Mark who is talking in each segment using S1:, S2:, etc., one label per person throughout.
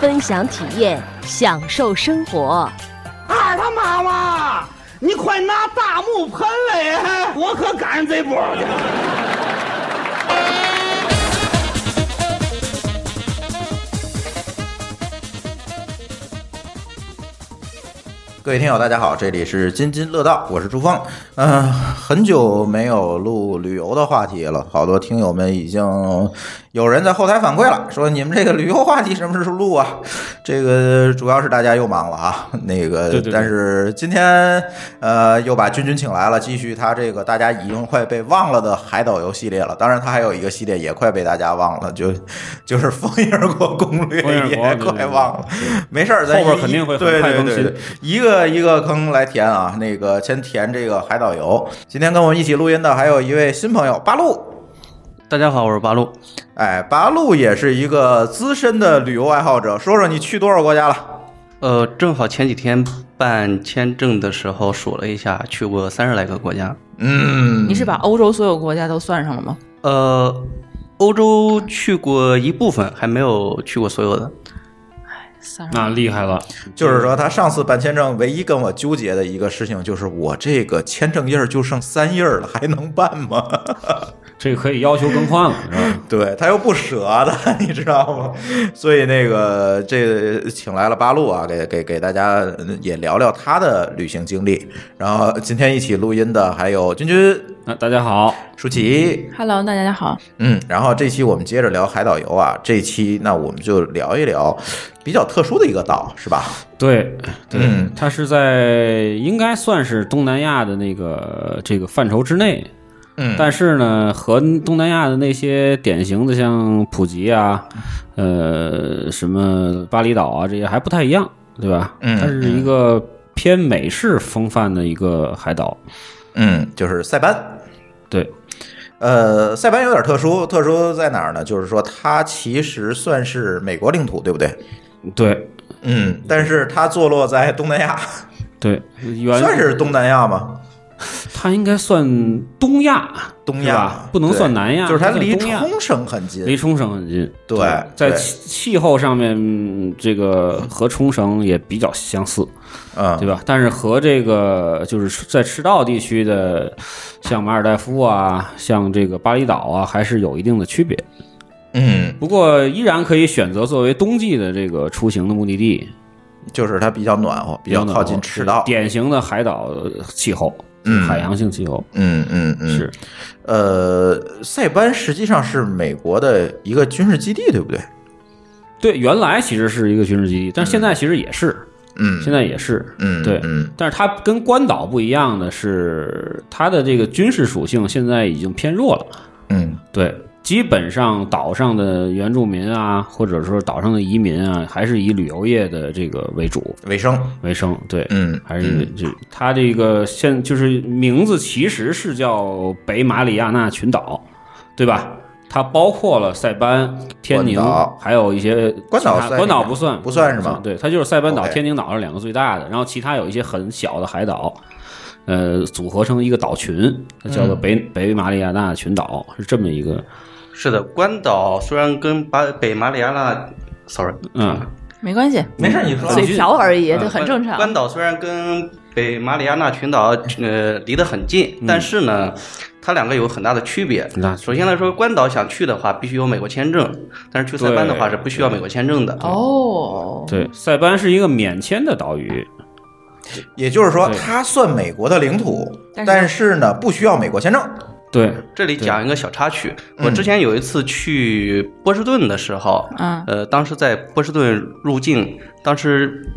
S1: 分享体验，享受生活。
S2: 二他妈妈，你快拿大木盆来，我可赶上这波去。
S3: 各位听友，大家好，这里是津津乐道，我是朱峰。嗯、很久没有录旅游的话题了，好多听友们已经有人在后台反馈了，说你们这个旅游话题什么时候录啊？这个主要是大家又忙了啊。 那个，
S4: 对对对
S3: 但是今天呃又把君君请来了，继续他这个大家已经快被忘了的海岛游系列了。当然，他还有一个系列也快被大家忘了，就就是《风影国攻略
S4: 风影》国
S3: 也
S4: 对对
S3: 快
S4: 对
S3: 忘了。没事儿，咱
S4: 后边
S3: 一
S4: 肯定会很
S3: 对
S4: 快
S3: 对
S4: 更
S3: 对
S4: 新
S3: 对一个一个坑来填啊。那个先填这个海岛游。今天跟我们一起录音的还有一位新朋友八路。
S5: 大家好，我是八路。
S3: 哎，八路也是一个资深的旅游爱好者，说说你去多少国家了？
S5: 呃，正好前几天办签证的时候数了一下，去过三十来个国家。
S3: 嗯，
S6: 你是把欧洲所有国家都算上了吗？
S5: 呃，欧洲去过一部分，还没有去过所有的。
S6: 三十
S4: 那厉害了，
S3: 就是说他上次办签证唯一跟我纠结的一个事情就是我这个签证页儿就剩三页儿了，还能办吗？
S4: 这个可以要求更换了，是 吧？
S3: 对他又不舍得， 你知道吗？所以那个这个请来了八路啊，给给给大家嗯也聊聊他的旅行经历。然后今天一起录音的还有君君、
S4: 那大家好，
S3: 舒淇，
S6: Hello，大家好。
S3: 嗯，然后这期我们接着聊海岛游啊，这期那我们就聊一聊比较特殊的一个岛，是吧？
S4: 对对
S3: 嗯，
S4: 它是在应该算是东南亚的那个这个范畴之内，
S3: 嗯
S4: 但是呢，和东南亚的那些典型的像普吉啊，呃，什么巴厘岛啊这些还不太一样，对吧？
S3: 嗯
S4: 它是一个偏美式风范的一个海岛，
S3: 嗯，就是塞班。
S4: 对，
S3: 呃，塞班有点特殊，特殊在哪儿呢？就是说它其实算是美国领土，对不对？
S4: 对。
S3: 嗯，但是它坐落在东南亚，
S4: 对，原
S3: 算是东南亚吗？
S4: 它应该算东亚，
S3: 东
S4: 是
S3: 亚
S4: 吧不能
S3: 对
S4: 算南亚
S3: 就是它
S4: 它算
S3: 离
S4: 东亚
S3: 冲绳很
S4: 离
S3: 近。
S4: 冲绳很近。
S3: 对
S4: 在
S3: 对
S4: 气气候上面，嗯这个和冲绳也比较相似，
S3: 嗯，
S4: 对吧？但是和这个就是在赤道地区的，像马尔代夫啊，像这个巴厘岛啊，还是有一定的区别。
S3: 嗯，
S4: 不过依然可以选择作为冬季的这个出行的目的地，
S3: 就是它比较暖和，比较
S4: 暖
S3: 靠
S4: 和
S3: 近赤道。
S4: 典型的海岛气候，
S3: 嗯
S4: 海洋性气候。
S3: 嗯嗯嗯，
S4: 是。
S3: 呃，塞班实际上是美国的一个军事基地，对不对？
S4: 对，原来其实是一个军事基地，但现在其实也是，
S3: 嗯，
S4: 现在也是，
S3: 嗯
S4: 对
S3: 嗯
S4: 但是它跟关岛不一样的是，它的这个军事属性现在已经偏弱了。
S3: 嗯
S4: 对，基本上岛上的原住民啊，或者说岛上的移民啊，还是以旅游业的这个为主
S3: 卫生。
S4: 为生。对，
S3: 嗯
S4: 还是这它这个现就是名字其实是叫北马里亚纳群岛，对吧？它包括了塞班、天宁
S3: 关岛，
S4: 还有一些
S3: 关岛
S4: 其他
S3: 算
S4: 关岛
S3: 是
S4: 不算，
S3: 不算是吗
S4: 对，它就是塞班岛、
S3: OK
S4: 天宁岛是两个最大的，然后其他有一些很小的海岛，呃，组合成一个岛群，它叫
S3: 嗯
S4: 做北、北马里亚纳群岛，是这么一个，
S5: 是的，关岛虽然跟巴北马里亚纳，sorry，
S4: 嗯，
S6: 没关系，
S3: 没事，你说
S6: 嘴瓢而已，这
S5: 呃
S6: 很正常。
S5: 关关岛虽然跟北马里亚纳群岛呃离得很近，但是呢，它两个有很大的区别
S4: 很大。区别
S5: 首先来说，关岛想去的话必须有美国签证，但是去塞班的话
S4: 对
S5: 是不需要美国签证的。
S6: 哦，
S4: 对，塞班是一个免签的岛屿，
S3: 也就是说，
S4: 对
S3: 它算美国的领土，
S6: 但是
S3: 但是呢，不需要美国签证。
S4: 对，
S5: 这里讲一个小插曲，
S3: 嗯
S5: 我之前有一次去波士顿的时候，
S6: 嗯
S5: 呃，当时在波士顿入境，当时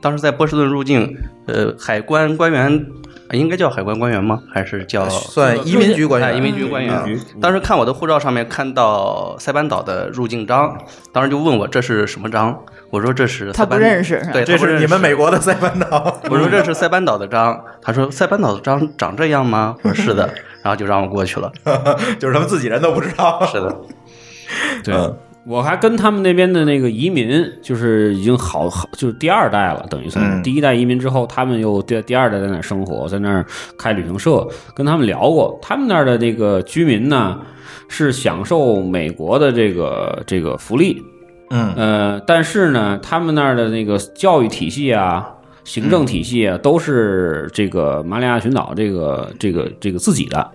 S5: 当时在波士顿入境，呃，海关官员应该叫海关官员吗？还是
S4: 哦
S5: 叫
S3: 算移民局官
S5: 哎
S3: 员，
S5: 移民局官
S3: 啊
S5: 员。当时看我的护照上面看到塞班岛的入境章，当时就问我这是什么章，我说这是
S6: 他
S5: 塞班
S6: 不认识
S5: 对，
S3: 这
S5: 他不认
S3: 是
S5: 识
S3: 你们美国的塞班岛。
S5: 我说这是塞班岛的章，他说塞班岛的章长这样吗？我说是的，然后就让我过去了。
S3: 就是他们自己人都不知道。
S5: 是的，
S4: 对
S3: 嗯，
S4: 我还跟他们那边的那个移民，就是已经好好，就是第二代了，等于算是、
S3: 嗯
S4: 第一代移民之后，他们又第第二代在那儿生活，在那儿开旅行社，跟他们聊过，他们那儿的这个居民呢是享受美国的这个这个福利，
S3: 嗯，
S4: 呃，但是呢，他们那儿的那个教育体系啊。行政体系
S3: 嗯
S4: 啊，都是这个马里亚群岛这个这个这个自己的，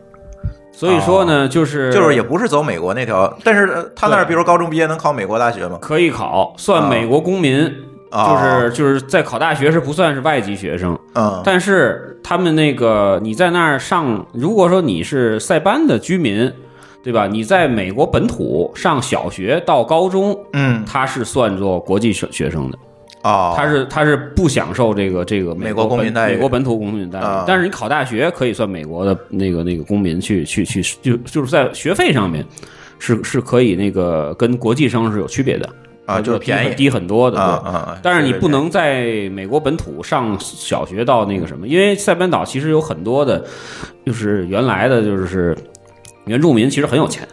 S4: 所以说呢，就是
S3: 哦就是也不是走美国那条，但是呃他那儿比如高中毕业能考美国大学吗？
S4: 可以考，算美国公民，
S3: 啊
S4: 就是就是在考大学是不算是外籍学生，
S3: 嗯，
S4: 但是他们那个你在那儿上，如果说你是塞班的居民，对吧？你在美国本土上小学到高中，
S3: 嗯
S4: 他是算作国际学学生的，
S3: 哦，
S4: 他是他是不享受这个这个
S3: 美
S4: 国
S3: 国公
S4: 本
S3: 民待遇
S4: 美国本土公民待遇，
S3: 啊
S4: 但是你考大学可以算美国的那个那个公民去去去就就是在学费上面。是是可以那个跟国际生是有区别的，
S3: 啊，就是
S4: 低很
S3: 便宜
S4: 低很多的。
S3: 啊
S4: 对
S3: 啊，啊
S4: 但是你
S3: 对
S4: 不能在美国本土上小学到那个什么，因为塞班岛其实有很多的，就是原来的就是原住民，其实很有钱，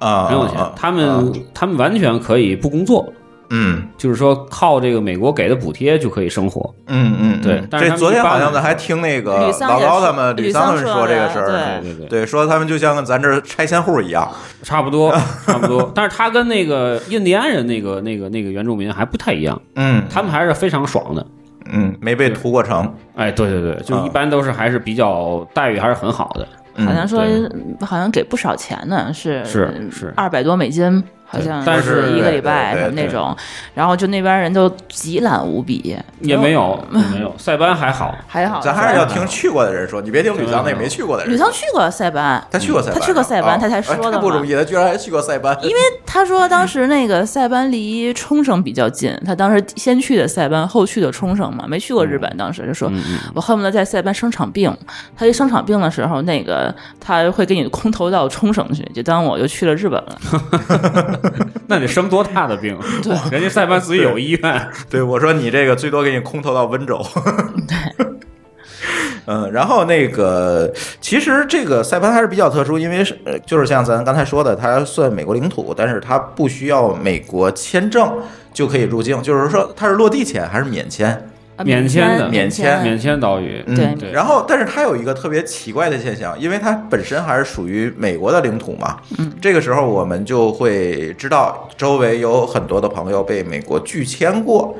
S3: 啊，
S4: 很有钱
S3: 啊，
S4: 他
S3: 啊
S4: 们他们完全可以不工作，
S3: 嗯
S4: 就是说靠这个美国给的补贴就可以生活。
S3: 嗯嗯，
S4: 对
S3: 嗯
S4: 但是他
S3: 这
S4: 们
S3: 昨天
S4: 一般
S3: 好像
S4: 的
S3: 咱还听那个
S6: 吕
S3: 老
S6: 桑也
S3: 高他
S6: 说
S3: 们吕
S6: 吕
S3: 桑他
S6: 桑
S3: 们
S6: 说
S3: 说这个
S6: 的
S3: 事儿，
S6: 对
S4: 对对，
S3: 哎对，说他们就像咱这儿拆迁户一样，
S4: 差不多差不 多。但是他跟那个印第安人那个那个那个原住民还不太一样，
S3: 嗯
S4: 他们还是非常爽的。
S3: 嗯，没被屠过城，
S4: 哎，对对对，就
S3: 啊
S4: 一般都是还是比较待遇还是很好的。
S3: 嗯
S6: 好像说
S4: 对
S6: 好像给不少钱呢，是
S4: 是是
S6: 二百多美金，好像
S4: 但
S3: 是
S6: 一个礼拜
S3: 对对
S6: 什么
S3: 对
S6: 那种，然后就那边人都极懒无比，
S4: 也没有，也没有，塞班还好，
S6: 还好，
S3: 咱还是要听去过的人说，你别听吕桑那没去过的人，
S6: 吕桑去过塞班，
S3: 他去过塞班，
S6: 他去过塞班
S3: 啊
S6: 他才说
S3: 哎
S6: 的
S3: 太不
S6: 嘛
S3: 容易，他居然还去过塞班，
S6: 因为他说当时那个塞班离冲绳比较近，他当时先去的塞班，后去的冲绳嘛，没去过日本，当时就说，我恨不得在塞班生场病。他一生场病的时候，那个他会给你空投到冲绳去，就当我就去了日本了。
S4: 那得生多大的病？对，人家塞班自己有医院，
S3: 对，我说你这个最多给你空投到温州。对。 嗯，然后那个，其实这个塞班还是比较特殊，因为是呃就是像咱刚才说的，它算美国领土，但是它不需要美国签证就可以入境，就是说它是落地签还是免签？
S6: 啊
S4: 免签的
S6: 免
S3: 签
S4: 免签岛屿。
S3: 嗯
S6: 对
S4: 对
S3: 然后，但是它有一个特别奇怪的现象，因为它本身还是属于美国的领土嘛。嗯，这个时候我们就会知道，周围有很多的朋友被美国拒签过，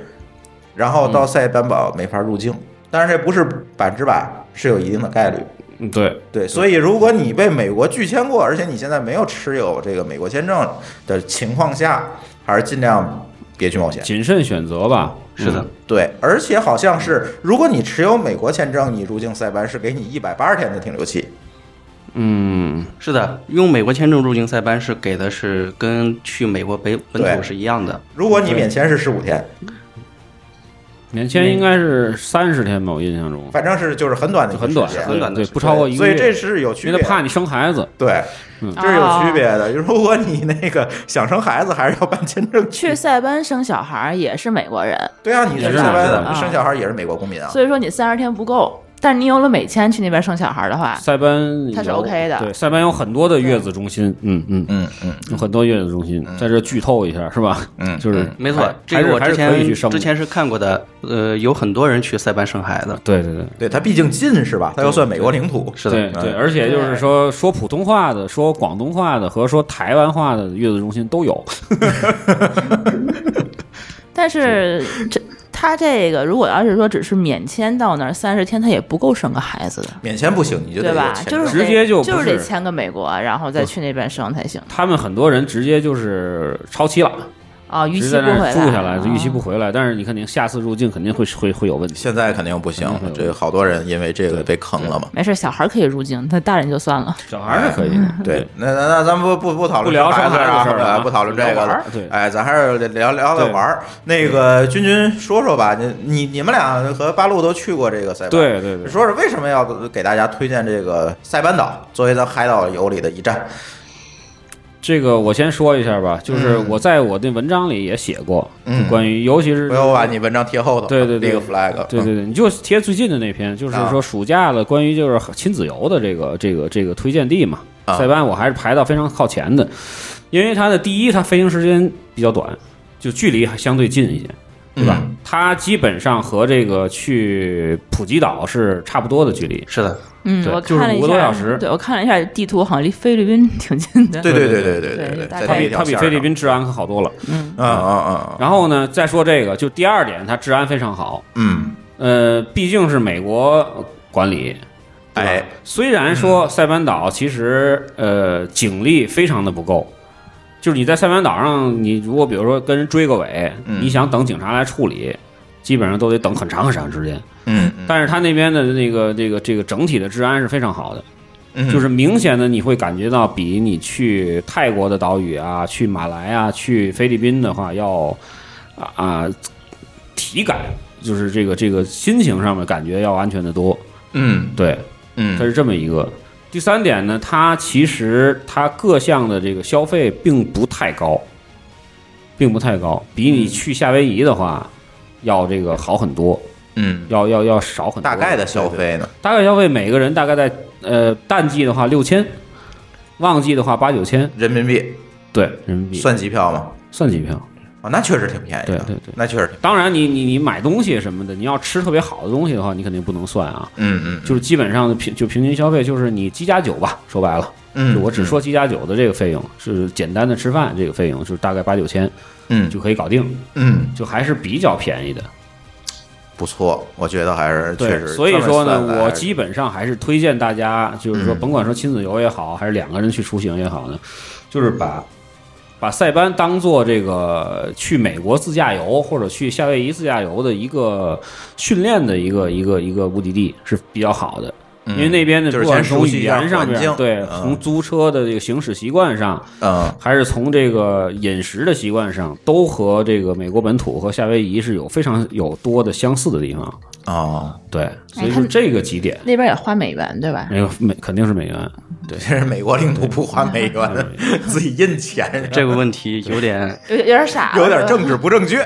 S3: 然后到塞班岛没法入境。当然，这不是百分之百，是有一定的概率。
S4: 嗯对，
S3: 对，所以如果你被美国拒签过，而且你现在没有持有这个美国签证的情况下，还是尽量别去冒险。
S4: 谨慎选择吧。
S5: 是的
S4: 嗯，
S3: 对，而且好像是，如果你持有美国签证，你入境塞班是给你一百八十天的停留期。
S4: 嗯，
S5: 是的，用美国签证入境塞班是给的是跟去美国北本
S3: 对
S5: 土是一样的，
S3: 如果你免签是十五天，
S4: 嗯免签应该是三十天吧，我印象中
S3: 反正是就是很短的一
S4: 就
S3: 个
S4: 很
S3: 时
S4: 短，
S3: 间，
S5: 很短的
S4: 对，
S5: 时间
S4: 不超过一个
S3: 所
S4: 月。
S3: 以这是有区
S4: 因
S3: 别
S4: 为
S3: 的。
S4: 他怕你嗯生孩子，
S3: 对，
S6: 哦
S3: 这是有区别的。如果你那个想生孩子，还是要办签证。
S6: 去塞班生小孩儿也是美国人，
S3: 对啊，你
S4: 也
S3: 去
S4: 是
S3: 塞
S4: 是
S3: 班
S4: 的
S3: 生小孩也是美国公民啊。
S6: 所以说你三十天不够，但是你有了美签去那边生小孩儿的话，
S4: 塞班
S6: 啊它是
S4: 有
S6: OK 的
S4: 对，塞班有很多的月子中心，嗯嗯，
S3: 嗯嗯
S4: 有很多月子中心，在这剧透一下是吧？
S3: 嗯
S4: 就是
S5: 没错
S4: 还，
S5: 这个我
S4: 还
S5: 之
S4: 是还是可以
S5: 前
S4: 去生的
S5: 之前是看过的，呃，有很多人去塞班生孩子，
S4: 对对对。
S3: 对，它毕竟近是吧？它又算美国领土。
S5: 是
S4: 对
S5: 的，
S3: 嗯
S4: 对，而且就是说说普通话的、说广东话的和说台湾话的月子中心都有，
S6: 但是这他这个如果要是说只是免签到那儿三十天，他也不够生个孩子的。
S3: 免签不行，你就得
S6: 对吧
S3: 有？签
S6: 就
S3: 证
S6: 是
S4: 直接
S6: 得
S4: 就不
S6: 就是得啊签个美国，然后再去那边生才行。
S4: 他们很多人直接就是超期了，
S6: 啊，逾
S4: 一直
S6: 期
S4: 在
S6: 不
S4: 那
S6: 回来，
S4: 儿住下来，
S6: 啊
S4: 逾期不回来。但是你肯定下次入境肯定会会会有问题。
S3: 现在肯定不行
S4: 嗯，
S3: 这好多人因为这个被坑了嘛。
S6: 没事，小孩可以入境，那大人就算了。
S4: 小孩儿是可以的，
S3: 对，那那那咱不不不讨论
S4: 不聊
S3: 生孩子
S4: 生孩子的事儿了
S3: 啊，
S4: 啊
S3: 不讨论这个
S4: 聊玩
S3: 了
S4: 儿。对
S3: 哎，咱还是聊聊聊
S4: 对
S3: 玩儿。那个君君说说吧，你你你们俩和八路都去过这个塞班，
S4: 对对对
S3: 说说为什么要给大家推荐这个塞班岛作为咱海岛游里的一站？
S4: 这个我先说一下吧，就是我在我的文章里也写过，
S3: 嗯
S4: 就关于尤其是
S3: 回头我把你文章贴后头，
S4: 对对对
S3: 立个 flag，
S4: 对对
S3: 嗯
S4: 对，你就贴最近的那篇，就是
S3: 啊
S4: 说暑假了，关于就是亲子游的这个这个这个推荐地嘛，
S3: 啊
S4: 塞班我还是排到非常靠前的，因为它的第一，它飞行时间比较短，就距离还相对近一些，对吧？
S3: 嗯
S4: 它基本上和这个去普吉岛是差不多的距离，
S5: 是的，
S6: 嗯，
S4: 对
S6: 我
S4: 就是
S6: 看了一
S4: 五
S6: 下，
S4: 个多小时
S6: 对我看了一下地图，好像离菲律宾挺近的。
S3: 对对对对
S6: 对
S3: 对对，
S6: 大
S3: 在
S6: 概
S3: 这一条
S4: 它比
S3: 线
S4: 菲律
S3: 上
S4: 宾治安可好多了。
S3: 嗯嗯嗯
S4: 然后呢，再说这个，就第二点，它治安非常好，
S3: 嗯，
S4: 呃，毕竟是美国管理。嗯对吧
S3: 哎，
S4: 虽然说塞班岛其实呃警力非常的不够，就是你在塞班岛上，你如果比如说跟人追个尾，
S3: 嗯
S4: 你想等警察来处理，基本上都得等很长很长时间。
S3: 嗯
S4: 但是他那边的那个这个这个整体的治安是非常好的，
S3: 嗯，
S4: 就是明显的你会感觉到比你去泰国的岛屿啊、去马来啊、去菲律宾的话要啊啊体感就是这个这个心情上面感觉要安全的多。
S3: 嗯
S4: 对，
S3: 嗯
S4: 它是这么一个。第三点呢，它其实它各项的这个消费并不太高，并不太高，比你去夏威夷的话要这个好很多，
S3: 嗯，
S4: 要要要少很多。
S3: 大概的消
S4: 对，对
S3: 费呢？
S4: 大概消费每个人大概在呃淡季的话六千，旺季的话八九千，
S3: 人民币
S4: 对人民币
S3: 算机票吗？
S4: 算机票。
S3: 啊，那确实挺便宜的，
S4: 对对对
S3: 那确实挺，
S4: 当然你，你你买东西什么的，你要吃特别好的东西的话，你肯定不能算啊。
S3: 嗯嗯，
S4: 就是基本上的平就平均消费就是你七加九吧，说白了。
S3: 嗯，
S4: 就我只说七加九的这个费用是简单的吃饭这个费用，就是大概八九千
S3: 嗯，
S4: 就可以搞定，
S3: 嗯，
S4: 就还是比较便宜的。
S3: 不错，我觉得还是
S4: 对，
S3: 确实。
S4: 所以说呢，我
S3: 基
S4: 基本上还是推荐大家，就是说，
S3: 嗯
S4: 甭管说亲子游也好，还是两个人去出行也好呢，就是把把塞班当做这个去美国自驾游或者去夏威夷自驾游的一个训练的一个一个一个目的地是比较好的。因为那边的
S3: 嗯就
S4: 不
S3: 是
S4: 管
S3: 先
S4: 从
S3: 熟悉
S4: 语
S3: 一下
S4: 言上
S3: 环境
S4: 面，，对，
S3: 嗯
S4: 从租车的这个行驶习惯上，
S3: 嗯
S4: 还是从这个饮食的习惯上，都和这个美国本土和夏威夷是有非常有多的相似的地方。
S3: 哦，
S4: 对，所以
S6: 哎他
S4: 说
S6: 们
S4: 这个几点，
S6: 那边也花美元对吧？
S4: 那个美肯定是美
S6: 啊
S4: 元。
S3: 对，这是美国领土不花美元，自己印钱，
S5: 这个问题有点
S6: 有有点傻，
S3: 有点政治不正确。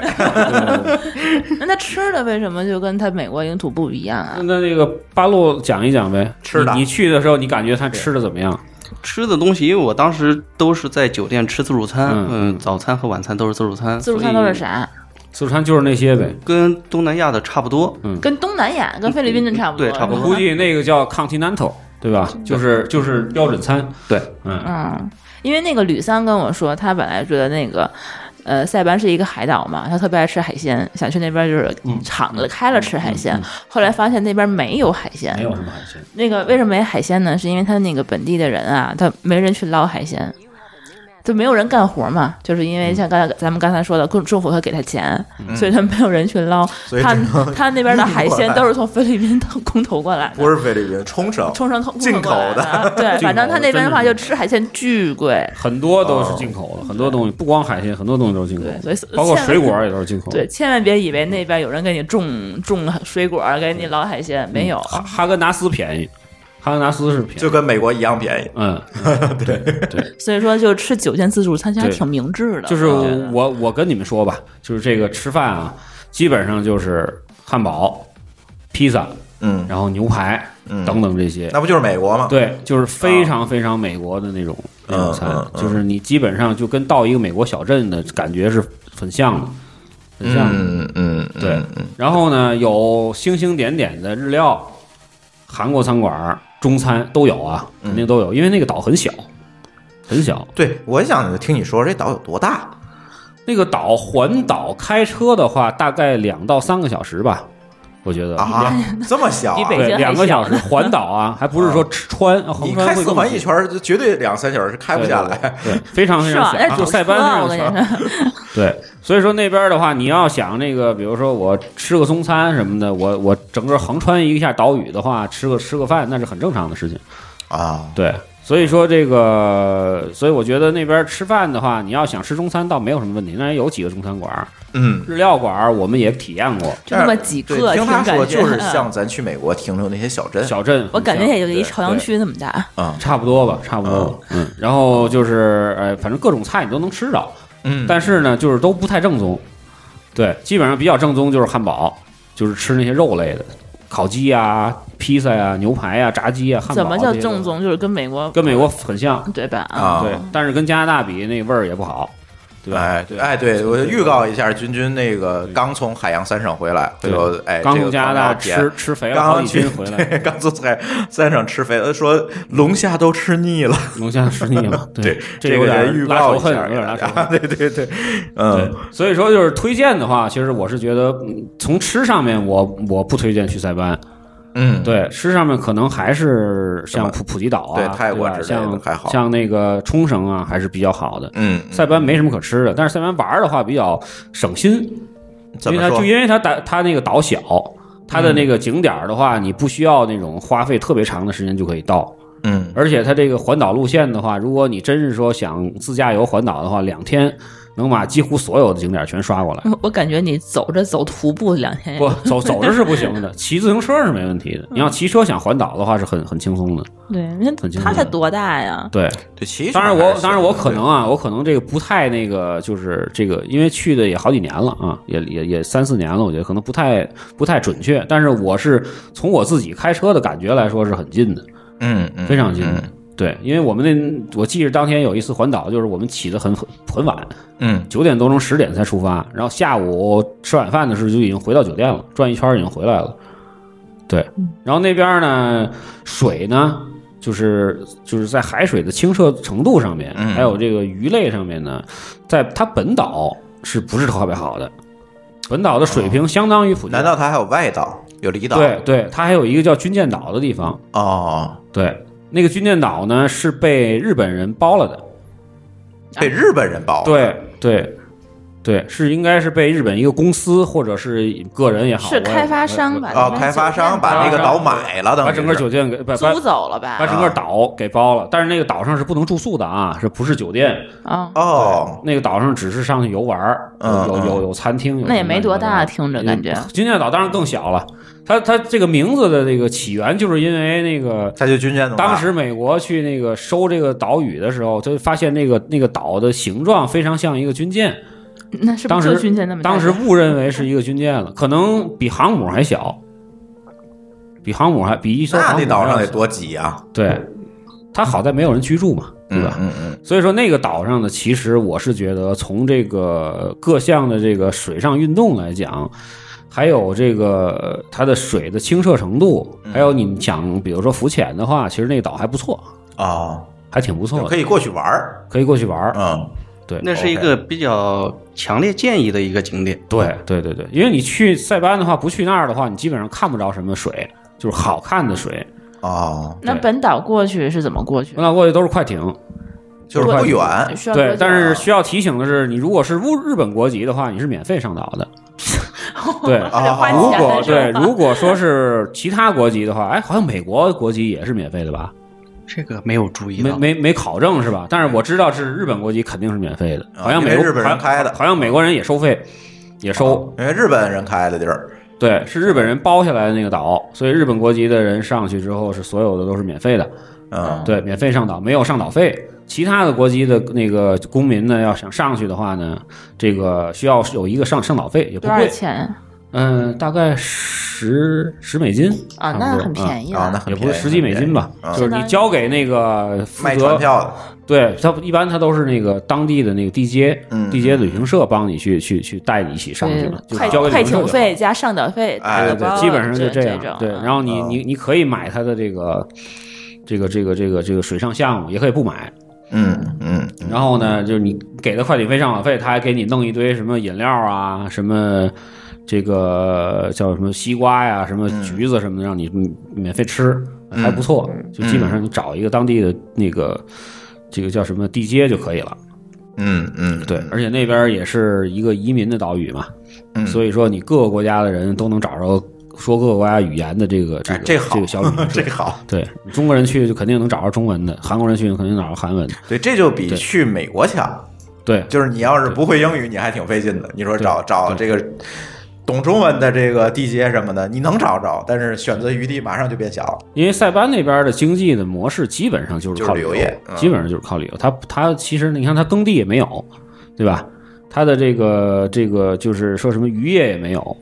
S6: 那他吃的为什么就跟他美国领土不一样啊
S4: 那？那那个八路讲一讲呗，
S3: 吃的
S4: 你你去的时候，你感觉他吃的怎么样？
S5: 吃的东西，因为我当时都是在酒店吃自助餐，
S4: 嗯
S5: 嗯，早餐和晚餐都是自助餐，
S6: 自助餐都是？啥？
S4: 自助餐就是那些呗。
S5: 跟东南亚的差不多，
S6: 跟东南亚、跟菲律宾的差不多，
S5: 对差不
S4: 我
S5: 多
S4: 估计那个叫 continental，对吧？就是就是标准餐。
S5: 对，
S4: 嗯，
S6: 嗯，因为那个吕桑跟我说，他本来觉得那个。呃，塞班是一个海岛嘛，他特别爱吃海鲜，想去那边就是敞了开了吃海
S3: 嗯
S6: 鲜。后来发现那边没有海鲜，
S4: 没有什么海鲜。
S6: 那个为什么没海鲜呢？是因为他那个本地的人啊，他没人去捞海鲜，就没有人干活嘛。就是
S3: 嗯
S6: 因为像刚才咱们刚才说的，政政府会给他钱，所以他没有人去捞
S3: 所。以
S6: 他
S3: 只能
S6: 他那边的海
S3: 运过
S6: 鲜
S3: 来
S6: 都是从菲律宾当空投过来的，
S3: 不是菲律宾，冲绳，
S6: 冲绳通
S3: 进口的，
S6: 的。对，
S4: 进
S6: 反正
S4: 口
S6: 他
S4: 的
S6: 那边的话
S4: 真
S6: 就是吃海鲜巨贵。
S4: 很多都是进口的，很多东西不光海鲜，很多东西都是进口
S6: 对
S4: 的
S6: 所以，
S4: 包括
S6: 现在
S4: 水果也都是进口的。
S6: 对，千万别以为那边有人给你种种水果，给你捞海鲜，没有。
S4: 嗯哈哈根达斯便宜，哈根达斯是便宜，
S3: 就跟美国一样便宜。
S4: 嗯，
S6: 所以说，就吃酒店自助餐其实还
S4: 对
S6: 挺明智的。
S4: 就是
S6: 我觉得
S4: 我我跟你们说吧，就是这个吃饭啊，基本上就是汉堡、披萨，
S3: 嗯，
S4: 然后牛排
S3: 嗯
S4: 等等这些。
S3: 那不就是美国吗？
S4: 对，就是非常非常美国的那种那种
S3: 嗯
S4: 餐
S3: 嗯，嗯
S4: 就是你基本上就跟到一个美国小镇的感觉是很像的，很像的。
S3: 嗯嗯，嗯
S4: 对
S3: 嗯，
S4: 然后呢，有星星点点的日料、韩国餐馆、中餐都有啊，肯
S3: 嗯
S4: 定都有，因为那个岛很小，很小。
S3: 对，我想听你说这岛有多大？
S4: 那个岛环岛开车的话，大概两到三个小时吧，我觉得。
S3: 啊，这么小
S6: 比
S3: 啊！
S6: 北京
S4: 对，
S6: 还
S4: 两个
S6: 小
S4: 小时环岛 啊，还不是说吃穿横
S3: 你
S4: 穿
S3: 开
S4: 会
S3: 四
S4: 更
S3: 环
S4: 近
S3: 一圈儿，就绝对两三小时是开不下来。
S4: 对，对对非常非常
S6: 是吧？那
S4: 小，
S6: 堵
S4: 就塞嗯
S6: 车
S4: 班
S6: 啊，
S4: 那
S6: 我
S4: 种
S6: 跟
S4: 小
S6: 你说，
S4: 对，所以说那边的话，你要想那个，比如说我吃个中餐什么的，我我整个横穿一下岛屿的话，吃个吃个饭那是很正常的事情。
S3: 啊，
S4: 对，所以说这个，所以我觉得那边吃饭的话，你要想吃中餐倒没有什么问题，那也有几个中餐馆儿，
S3: 嗯，
S4: 日料馆儿我们也体验过，
S6: 就那么几
S3: 对
S6: 个，
S3: 听他
S6: 挺感
S3: 说
S6: 觉
S3: 就是
S6: 嗯
S3: 像咱去美国停留那些小镇，
S4: 小镇很像，
S6: 呃我感觉也就一
S3: 对
S6: 朝阳
S3: 对
S6: 区那么大。
S3: 啊，
S4: 差不多吧，差不
S3: 哦
S4: 多，嗯，然后就是呃，反正各种菜你都能吃到，
S3: 嗯，
S4: 但是呢，就是都不太正宗。对，基本上比较正宗就是汉堡，就是吃那些肉类的，烤鸡呀、披萨呀、牛排呀、炸鸡啊呀、汉堡。
S6: 怎么叫正？宗？就是跟美国
S4: 跟美国很像，
S6: 对吧？
S3: 啊
S4: 对，但是跟加拿大比那味儿也不好，对吧？
S3: 哎，对，哎，对我预告一下，君君那个刚从海洋三省回来，回
S4: 对
S3: 头哎，
S4: 刚
S3: 这
S4: 从
S3: 个
S4: 加拿大
S3: 广告剪
S4: 吃吃肥了
S3: 刚
S4: 好几
S3: 刚去
S4: 斤回来，
S3: 对 刚从海三省吃肥了，说龙虾都吃腻了。
S4: 龙虾吃腻 了，对，
S3: 这
S4: 嗯有
S3: 个
S4: 点
S3: 预
S4: 拉仇
S3: 告一
S4: 恨，
S3: 下
S4: 有
S3: 给
S4: 点拉
S3: 大
S4: 仇恨。
S3: 家，对对对，
S4: 对
S3: 嗯，，
S4: 所以说就是推荐的话，其实我是觉得嗯从吃上面我，我不推荐去塞班。
S3: 嗯，
S4: 对，吃上面可能还是
S3: 什
S4: 像
S3: 么
S4: 普普吉岛啊，
S3: 对
S4: 对
S3: 泰国
S4: 吧
S3: 之类的
S4: 像
S3: 还好
S4: 像那个冲绳啊，还是比较好的。
S3: 嗯，嗯
S4: 塞班没什么可吃的，但是塞班玩儿的话比较省心，因
S3: 怎
S4: 为
S3: 么
S4: 它就
S3: 说？嗯
S4: 因为它岛它那个岛小，它的那个景点儿的话，你不需要那种花费特别长的时间就可以到。
S3: 嗯，
S4: 而且它这个环岛路线的话，如果你真是说想自驾游环岛的话，两天能把几乎所有的景点全刷过来。
S6: 我感觉你走着走徒步两天也
S4: 不，走走着是不行的，骑自行车是没问题的。你要骑车想环岛的话，是很很轻松的。
S6: 对，你看
S4: 很清楚
S6: 他才多大呀？
S4: 对，
S3: 对，其实
S4: 当然
S3: 还
S4: 我
S3: 是
S4: 当然我可
S3: 对
S4: 能啊，我可能这个不太那个，就是这个，因为去的也好几年了啊，也也也三四年了，我觉得可能不太不太准确。但是我是从我自己开车的感觉来说是很近的，
S3: 嗯嗯
S4: 非常近的
S3: 嗯。
S4: 对，因为我们那我记着当天有一次环岛，就是我们起得很很很晚，
S3: 嗯
S4: 九点多钟十点才出发，然后下午吃晚饭的时候就已经回到酒店了，转一圈儿已经回来了。对，然后那边儿呢，水呢，就是就是在海水的清澈程度上面，
S3: 嗯
S4: 还有这个鱼类上面呢，在它本岛是不是特别好的？本岛的水平相当于普吉岛，
S3: 难道它还有外哦岛？有离岛？
S4: 对对，它还有一个叫军舰岛的地方，
S3: 哦，
S4: 对，那个军舰岛呢是被日本人包了的，
S3: 被日本人包了。
S4: 对对对，是应该是被日本一个公司或者是个人也好，
S6: 是
S4: 我也哦
S6: 开发商吧？
S3: 啊，开发商把那个岛买了，等于
S4: 把整个
S3: 是
S4: 酒店给把把
S6: 嗯租走了
S4: 把
S6: 吧？
S3: 啊
S4: 整个岛给包了，但是那个岛上是不能住宿的啊，是不是酒店？
S6: 啊，
S3: 哦，
S4: 那个岛上只是上去游玩儿，
S3: 嗯
S4: 有
S3: 嗯
S4: 有有餐厅，有
S6: 那也
S4: 什么
S6: 没多大，
S4: 乱七
S6: 听
S4: 八糟
S6: 着
S4: 的
S6: 感觉。
S4: 金剑岛当然更小了，它它这个名字的这个起源就是因为那个
S3: 他就军舰怎么办
S4: 当时美国去那个收这个岛屿的时候，就发现那个那个岛的形状非常像一个军舰，
S6: 那是不
S4: 当
S6: 是就
S4: 时
S6: 军舰那么大？
S4: 当时误认为是一个军舰了，可能比航母还小，比航母还比一艘
S3: 那
S4: 航母
S3: 那岛上
S4: 还
S3: 得
S4: 小
S3: 多挤啊，
S4: 对，它好在没有人居住嘛，对
S3: 嗯
S4: 吧？
S3: 嗯嗯
S4: 所以说那个岛上呢，其实我是觉得从这个各项的这个水上运动来讲。还有这个它的水的清澈程度，
S3: 嗯
S4: 还有你们想，比如说浮潜的话，其实那个岛还不错，
S3: 哦，
S4: 还挺不错
S3: 就
S4: 的，
S3: 可以过去玩儿，
S4: 可以过去玩儿。
S3: 嗯
S4: 对，
S5: 那是一个比较强烈建议的一个景点。
S4: 对对对对，因为你去塞班的话，不去那儿的话，你基本上看不着什么水，就是好看的水。
S3: 哦，
S6: 那
S4: 对
S6: 本岛过去是怎么过去？
S4: 那过去都是快艇，
S3: 就是不远，
S6: 需要多
S4: 对
S6: 久。
S4: 但是需要提醒的是，你如果是日日本国籍的话，你是免费上岛的。对，
S6: 还得花
S3: 啊
S6: 钱
S4: 如果
S6: 是吧
S4: 对，如果说是其他国籍的话，哎，好像美国国籍也是免费的吧？
S5: 这个没有注意
S4: 没
S5: 到，
S4: 没没考证是吧？但是我知道是日本国籍肯定是免费的，
S3: 嗯啊
S4: 好像
S3: 因为
S4: 美国
S3: 日本人
S4: 好像
S3: 开的哦
S4: 好像美国人也收费，也收。
S3: 因为日本人开的地儿，
S4: 对，是日本人包下来的那个岛，所以日本国籍的人上去之后是所有的都是免费的，
S6: 啊
S3: 嗯，
S4: 对，免费上岛，没有上岛费。其他的国籍的那个公民呢，要想上去的话呢，这个需要有一个上上岛费，也不
S6: 多少
S4: 贵，
S6: 钱
S4: 嗯、大概十十美金
S6: 啊？那很
S4: 宜。嗯
S6: 便宜
S3: 啊，那
S6: 了。
S3: 很
S4: 也
S3: 便
S4: 不
S3: 宜
S4: 是十几美金吧，
S3: 很便宜
S4: 就是你交给那个
S3: 嗯
S4: 负
S3: 卖
S4: 责
S3: 船票的，
S4: 对他一般他都是那个当地的那个地接，
S3: 嗯
S4: 地接旅行社帮你去去去带你一起上去了，就
S6: 快
S4: 交给旅
S6: 快
S4: 行社就
S6: 艇
S4: 好
S6: 费加上岛费，
S3: 哎
S6: 这个
S4: 对
S6: 包
S4: 对，基本上就
S6: 这
S4: 样。
S6: 种
S4: 对，
S6: 嗯
S4: 然后你
S3: 嗯
S4: 你你可以买它的这个这个这个这个这个水上项目，也可以不买。
S3: 嗯嗯嗯
S4: 然后呢，就是你给的快艇费、上网费，他还给你弄一堆什么饮料啊，什么。这个叫什么西瓜呀，什么
S3: 嗯
S4: 橘子什么的，让你免免费吃，还不
S3: 嗯
S4: 错。就基本上你找一个当地的那个，这个叫什么地接就可以了。
S3: 嗯嗯，
S4: 对，而且那边也是一个移民的岛屿嘛，
S3: 嗯
S4: 所以说你各个国家的人都能找着说各个国家语言的这个这
S3: 哎
S4: 个、
S3: 这好
S4: 这个小旅 行社
S3: 这好，
S4: 对，中国人去就肯定能找着中文的，韩国人去肯定能找着韩文的，
S3: 对，这就比去美国强。
S4: 对，
S3: 就是你要是不会英语，你还挺费劲的。你说找找这个懂中文的这个地接什么的，你能找着，但是选择余地马上就变小了。
S4: 因为塞班那边的经济的模式基本上就是靠旅游，
S3: 就是旅游业嗯
S4: 基本上就是靠旅游。它它其实你看它耕地也没有，对吧？它的这个这个就是说什么渔业也没有，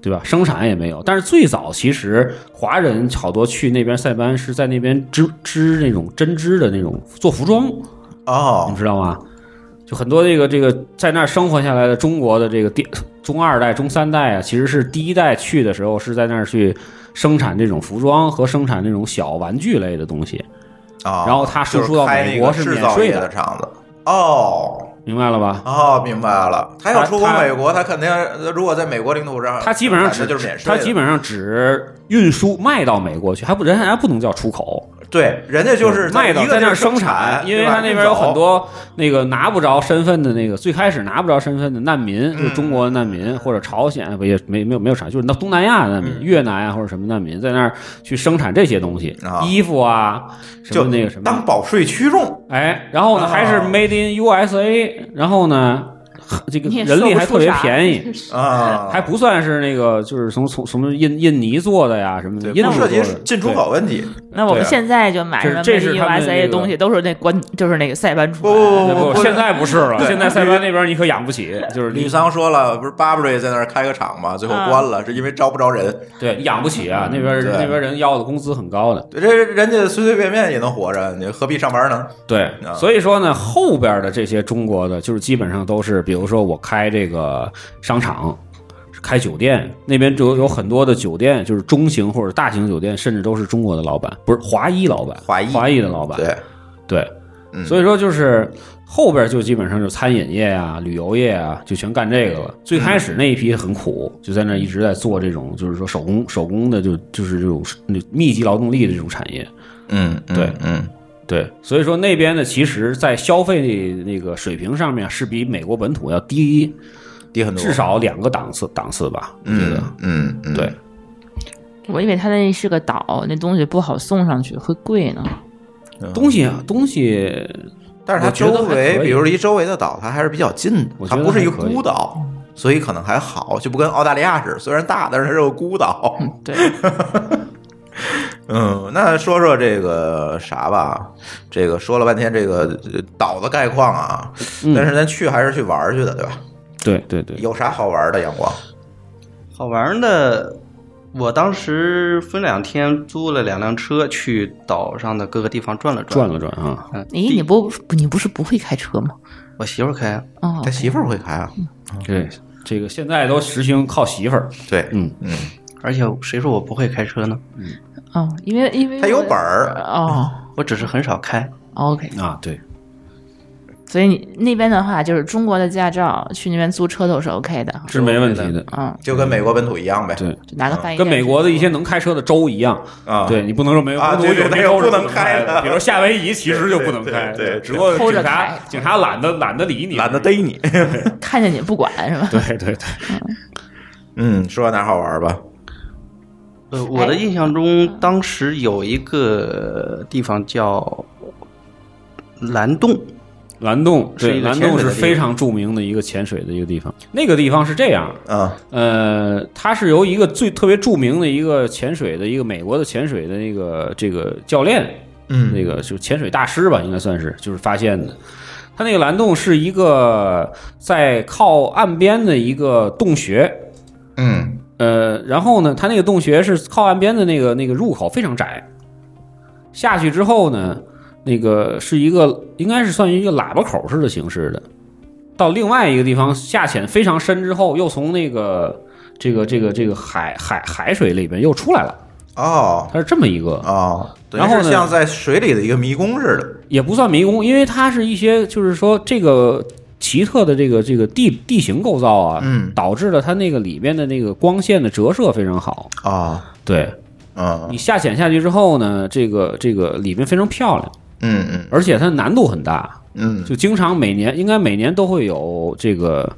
S4: 对吧？生产也没有。但是最早其实华人好多去那边塞班是在那边织织那种针织的那种做服装，你
S3: 哦，
S4: 知道吗？就很多这个这个在那儿生活下来的中国的这个第中二代、中三代啊，其实是第一代去的时候是在那儿去生产这种服装和生产这种小玩具类的东西，
S3: 啊，
S4: 然后他输出到美国是
S3: 就是开那个制
S4: 免
S3: 造
S4: 税
S3: 业
S4: 的
S3: 的厂子。哦
S4: 明白了吧？
S3: 哦，明白了。他要出口
S4: 他他
S3: 美国，他肯定如果在美国领土上，
S4: 他基本上只
S3: 那啊就是免税
S4: 他
S3: 的。
S4: 基本上只运输卖到美国去，还不人还不能叫出口，
S3: 对，人家就是
S4: 卖到
S3: 一个
S4: 在那
S3: 地
S4: 儿
S3: 儿
S4: 生
S3: 产，
S4: 因为
S3: 对吧
S4: 他那边有很。多那个拿不着身份的那个，最开始拿不着身份的难民，
S3: 嗯
S4: 就是中国难民或者朝鲜哎不也没没有没有产，就是那东南亚的难
S3: 嗯
S4: 民，越南啊或者什么难民，在那儿去生产这些东西
S3: 啊，
S4: 衣服啊，什
S3: 就
S4: 么那个什么，
S3: 当保税驱动，
S4: 哎，然后呢
S3: 啊
S4: 还是 Made in USA，然后呢这个
S6: 你也
S4: 人力
S6: 说不
S4: 还
S6: 出
S4: 特别
S6: 啥
S4: 便 宜。
S3: 啊，
S4: 还不算是那个，就是从从什么印印尼做的呀，什么的
S3: 对
S4: 印度
S3: 不涉及
S4: 做的
S3: 进出
S4: 对哎
S3: 口问题。
S6: 那我
S3: 对
S6: 们
S3: 啊
S6: 现在就买
S4: 这
S6: 什么
S4: 这是
S6: Made in
S4: 他们
S6: USA
S4: 那
S6: 的
S4: 个
S6: 东西，都是那关，就是那个塞班出
S3: 不
S6: 来的。
S3: 不不
S4: 哦不，
S3: 不，
S4: 现在不是了，
S3: 对
S4: 现在塞班那边你可养不起，就是
S3: 吕桑说了，不是巴布瑞在那儿开个厂嘛，最后关了，是因为招不着人。
S4: 对养不起啊，那边
S3: 对
S4: 那边人要的工资很高的，
S3: 对，这人家随随便便也能活着，你何必上班呢？
S4: 对
S3: 啊，
S4: 所以说呢，后边的这些中国的，就是基本上都是，比如说我开这个商场。开酒店那边就有有很多的酒店，就是中型或者大型酒店，甚至都是中国的老板，不是华裔老板，
S3: 华裔
S4: 华裔的老板，
S3: 对，
S4: 对，
S3: 嗯
S4: 所以说就是后边就基本上就餐饮业啊、旅游业啊，就全干这个
S3: 嗯
S4: 了。最开始那一批很苦，就在那一直在做这种，就是说手工手工的就，就是这种那密集劳动力的这种产业。
S3: 嗯，嗯
S4: 对
S3: 嗯，
S4: 对，所以说那边呢，其实在消费那个水平上面是比美国本土要低
S3: 低很多，
S4: 至少两个档次档次吧，我觉得
S3: 嗯。嗯嗯，
S4: 对，
S6: 我以为它那是个岛，那东西不好送上去，会贵 呢。
S4: 东西啊，东西，
S3: 嗯但是它
S4: 我觉得
S3: 周
S4: 还
S3: 围，
S4: 可以
S3: 比如离周围的岛，它还是比较近的
S4: 我，觉
S3: 它
S4: 得
S3: 不是一个
S4: 还可以
S3: 孤岛。所以可能还好，就不跟澳大利亚似的，虽然大，但是它是个孤岛。
S6: 对，
S3: 嗯，那说说这个啥吧，这个说了半天这个呃岛的概况啊，
S4: 嗯
S3: 但是咱去还是去玩儿去的，对吧？
S4: 对对对，
S3: 有啥好玩的？阳光
S5: 好玩的，我当时分两天租了两辆车去岛上的各个地方转了
S4: 转了
S5: 转。
S4: 转啊，
S5: 嗯，
S6: 咦，哎你不你不是不会开车吗？
S5: 我媳妇儿开，
S6: 哦嗯
S3: 他，媳妇儿会开啊？
S4: 对，这个现在都实行靠媳妇儿，
S3: 对，
S4: 嗯
S3: 嗯，
S5: 而且谁说我不会开车呢？
S6: 哦，因为因为
S3: 他有
S6: 我
S3: 本
S4: 嗯
S3: 儿，
S6: 哦
S5: 我只是很少开。
S6: ，OK。
S4: 啊，对，
S6: 所以你那边的话，就是中国的驾照去那边租车都是 OK 的。
S4: 是没问题的。
S6: 嗯，
S3: 就跟美国本土一样呗。
S4: 对，
S6: 就拿个
S3: 嗯
S5: 哎
S6: 翻译证
S4: 跟美国的一些能开车的州一样，
S3: 啊，
S4: 对你不能说没有
S3: 啊
S4: 不能
S3: 对对
S4: 有
S3: 对
S4: 些州是
S3: 不能
S4: 开
S3: 开的
S4: 比如夏威夷其实就不能
S3: 对对
S4: 开，
S3: 对对
S4: 只不过
S6: 偷
S4: 警
S6: 着
S4: 察
S6: 开
S4: 警察懒得懒得理你，
S3: 懒得。逮你。
S6: 看见你不管是吧？
S4: 对 对对，
S3: 嗯，说哪儿好玩吧？
S5: 呃，我的印象中，当时有一个地方叫蓝洞，
S4: 蓝洞
S5: 是
S4: 对
S5: 一个
S4: 蓝
S5: 潜
S4: 洞
S5: 水
S4: 是
S5: 的
S4: 非
S5: 地方
S4: 常著名的一个潜水的一个地方。那个地方是这样，
S3: 啊，
S4: 呃，它是由一个最特别著名的一个潜水的一个美国的潜水的那个这个教练，
S3: 嗯
S4: 那个就是潜水大师吧，应该算是就是发现的。它那个蓝洞是一个在靠岸边的一个洞穴，
S3: 嗯
S4: 呃，然后呢，它那个洞穴是靠岸边的那个那个入口非常窄，下去之后呢，那个是一个应该是算一个喇叭口式的形式的，到另外一个地方下潜非常深之后，又从那个这个这个这个海海海水里边又出来了，
S3: 哦
S4: 它是这么一个
S3: 哦，等于
S4: 然后
S3: 是
S4: 呢
S3: 像在水里的一个迷宫似的。
S4: 也不算迷宫，因为它是一些就是说这个奇特的这个这个地地形构造啊，
S3: 嗯
S4: 导致了它那个里边的那个光线的折射非常好。
S3: 啊，
S4: 对
S3: 嗯
S4: 你下潜下去之后呢，这个这个里面非常漂亮，
S3: 嗯嗯
S4: 而且它难度很大。
S3: 嗯，
S4: 就经常每年应该每年都会有这个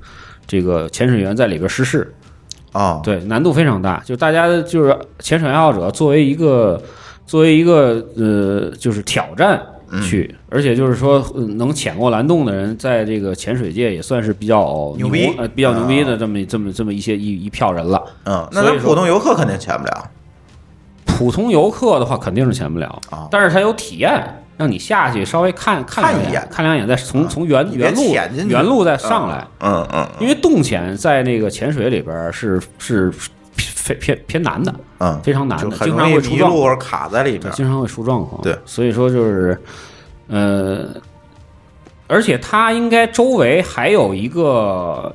S4: 这个潜水员在里边失事，
S3: 哦，
S4: 对，难度非常大。就大家就是潜水爱好者，作为一个作为一个呃，就是挑战
S3: 嗯
S4: 去，而且就是说、呃能潜过蓝洞的人，在这个潜水界也算是比较
S3: 牛逼
S4: 呃比较牛逼
S3: 啊
S4: 的这么一这么这么一些一一票人了。
S3: 嗯，那
S4: 所
S3: 咱
S4: 以说
S3: 普通游客肯定潜不了。
S4: 普通游客的话，肯定是潜不了
S3: 啊，
S4: 但是他有体验。让你下去稍微看
S3: 看
S4: 看两
S3: 一眼啊
S4: 眼，看两眼，再从从原
S3: 你别
S4: 原路
S3: 潜进去
S4: 原路再上来，
S3: 嗯嗯
S4: 因为洞潜在那个潜水里边儿是是偏偏偏难的，
S3: 嗯，
S4: 非常难
S3: 就
S4: 的，
S3: 很
S4: 经
S3: 容
S4: 常
S3: 易
S4: 会出
S3: 迷
S4: 状
S3: 路或
S4: 况，
S3: 者卡在里
S4: 对
S3: 边，。
S4: 经常会出状况。
S3: 对
S4: 所以说就是，呃，而且它应该周围还有一个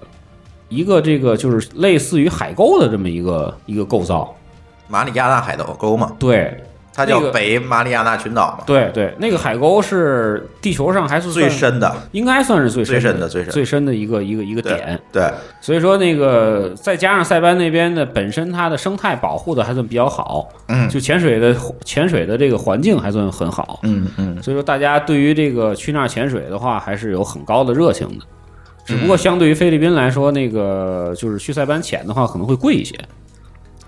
S4: 一个这个就是类似于海沟的这么一个一个构造，
S3: 马里亚纳海沟沟嘛，
S4: 对
S3: 它叫
S4: 那个
S3: 北马里亚纳群岛嘛，
S4: 对对，那个海沟是地球上还是
S3: 最
S4: 算，
S3: 深的。
S4: 应该算是最
S3: 最深的
S4: 的
S3: 最深
S4: 最深的一个一个一个
S3: 对
S4: 点。
S3: 对，
S4: 所以说那个再加上塞班那边的本身它的生态保护的还算比较好，
S3: 嗯
S4: 就潜水的潜水的这个环境还算很好，
S3: 嗯嗯，
S4: 所以说大家对于这个去那儿潜水的话还是有很高的热情的。只
S3: 嗯
S4: 不过相对于菲律宾来说，那个就是去塞班潜的话可能会贵一些，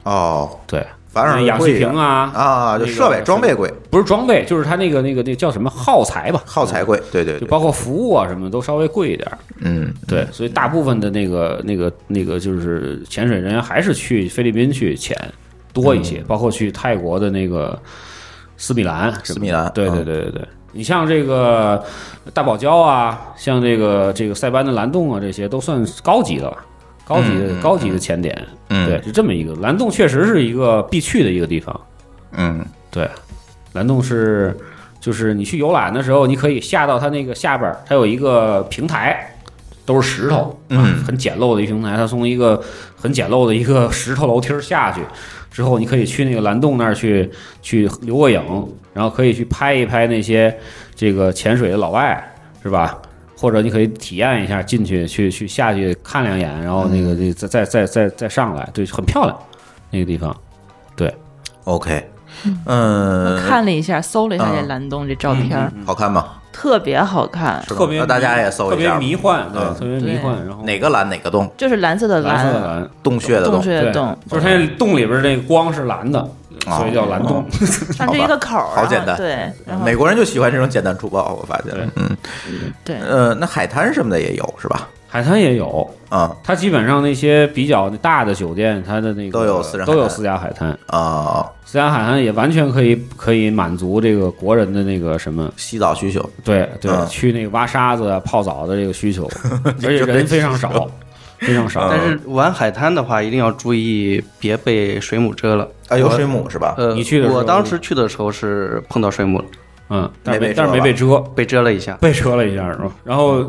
S3: 哦，
S4: 对，
S3: 反正
S4: 因为氧气瓶啊
S3: 啊，就
S4: 那个
S3: 设备装备贵，
S4: 不是装备，就是它那个那个那个叫什么耗材吧，
S3: 耗材贵，对对
S4: 就
S3: 对，
S4: 包括服务啊什么都稍微贵一点儿。
S3: 嗯，
S4: 对，所以大部分的那个、那个、那个，就是潜水人员还是去菲律宾去潜多一些，
S3: 嗯
S4: 包括去泰国的那个斯米兰什么的。
S3: 斯米兰
S4: 对对
S3: 嗯
S4: 对对对。你像这个大堡礁啊，像这个这个塞班的蓝洞啊，这些都算是高级的了，高级的、
S3: 嗯嗯
S4: 高级的潜点。
S3: 嗯
S4: 对，是这么一个蓝洞，确实是一个必去的一个地方。
S3: 嗯，
S4: 对，蓝洞是就是你去游览的时候，你可以下到它那个下边儿，它有一个平台，都是石头，啊
S3: 嗯
S4: 很简陋的一平台，它从一个很简陋的一个石头楼梯儿下去。之后，你可以去那个蓝洞那儿去去留个影，然后可以去拍一拍那些这个潜水的老外，是吧？或者你可以体验一下，进去去去下去看两眼，然后那个那再再再再再上来，对，很漂亮那个地方。
S3: ，OK，嗯，
S6: 看了一下，搜了一下这
S3: 嗯
S6: 蓝洞这照片儿，
S3: 好看吗？
S6: 特别好看，
S3: 是吧
S4: 特别
S3: 那大家也搜
S4: 特
S3: 一
S4: 别
S3: 下吧，
S4: 迷幻，对，
S3: 嗯
S4: 特别迷幻。然后
S3: 哪个蓝哪个洞，
S6: 就是蓝色的
S4: 蓝色的蓝，
S3: 洞穴的
S6: 洞
S3: 洞，
S6: 穴的
S4: 对，
S6: 洞，
S4: 就是它那洞里边儿那个光是蓝的，
S3: 哦
S4: 所以叫蓝洞。
S6: 上这一个口儿，
S3: 好吧好
S6: 然后
S3: 简单
S6: 对，然后
S3: 美国人就喜欢这种简单粗暴，我发现
S4: 对，
S3: 嗯，
S6: 对，
S3: 呃，那海滩什么的也有是吧？
S4: 海滩也有，
S3: 啊
S4: 它基本上那些比较大的酒店，它的那个
S3: 都有私人海
S4: 都有
S3: 滩
S4: 私家海滩，
S3: 啊，
S4: 私家海滩也完全可以可以满足这个国人的那个什么，
S3: 洗澡需求，
S4: 对对，
S3: 嗯
S4: 去那个挖沙子啊、泡澡的这个 需求，而且人非常少，非常少。
S5: 但是玩海滩的话，一定要注意别被水母蛰了。
S3: 啊，有水母是吧？
S5: 呃，
S4: 你去的时候
S5: 我当时去的时候是碰到水母了，
S4: 嗯，但是
S3: 没
S4: 没
S3: 被
S4: 但是没
S3: 蛰
S4: 被蛰，
S5: 被蛰了一下。
S4: 被蛰了一下是吧？然后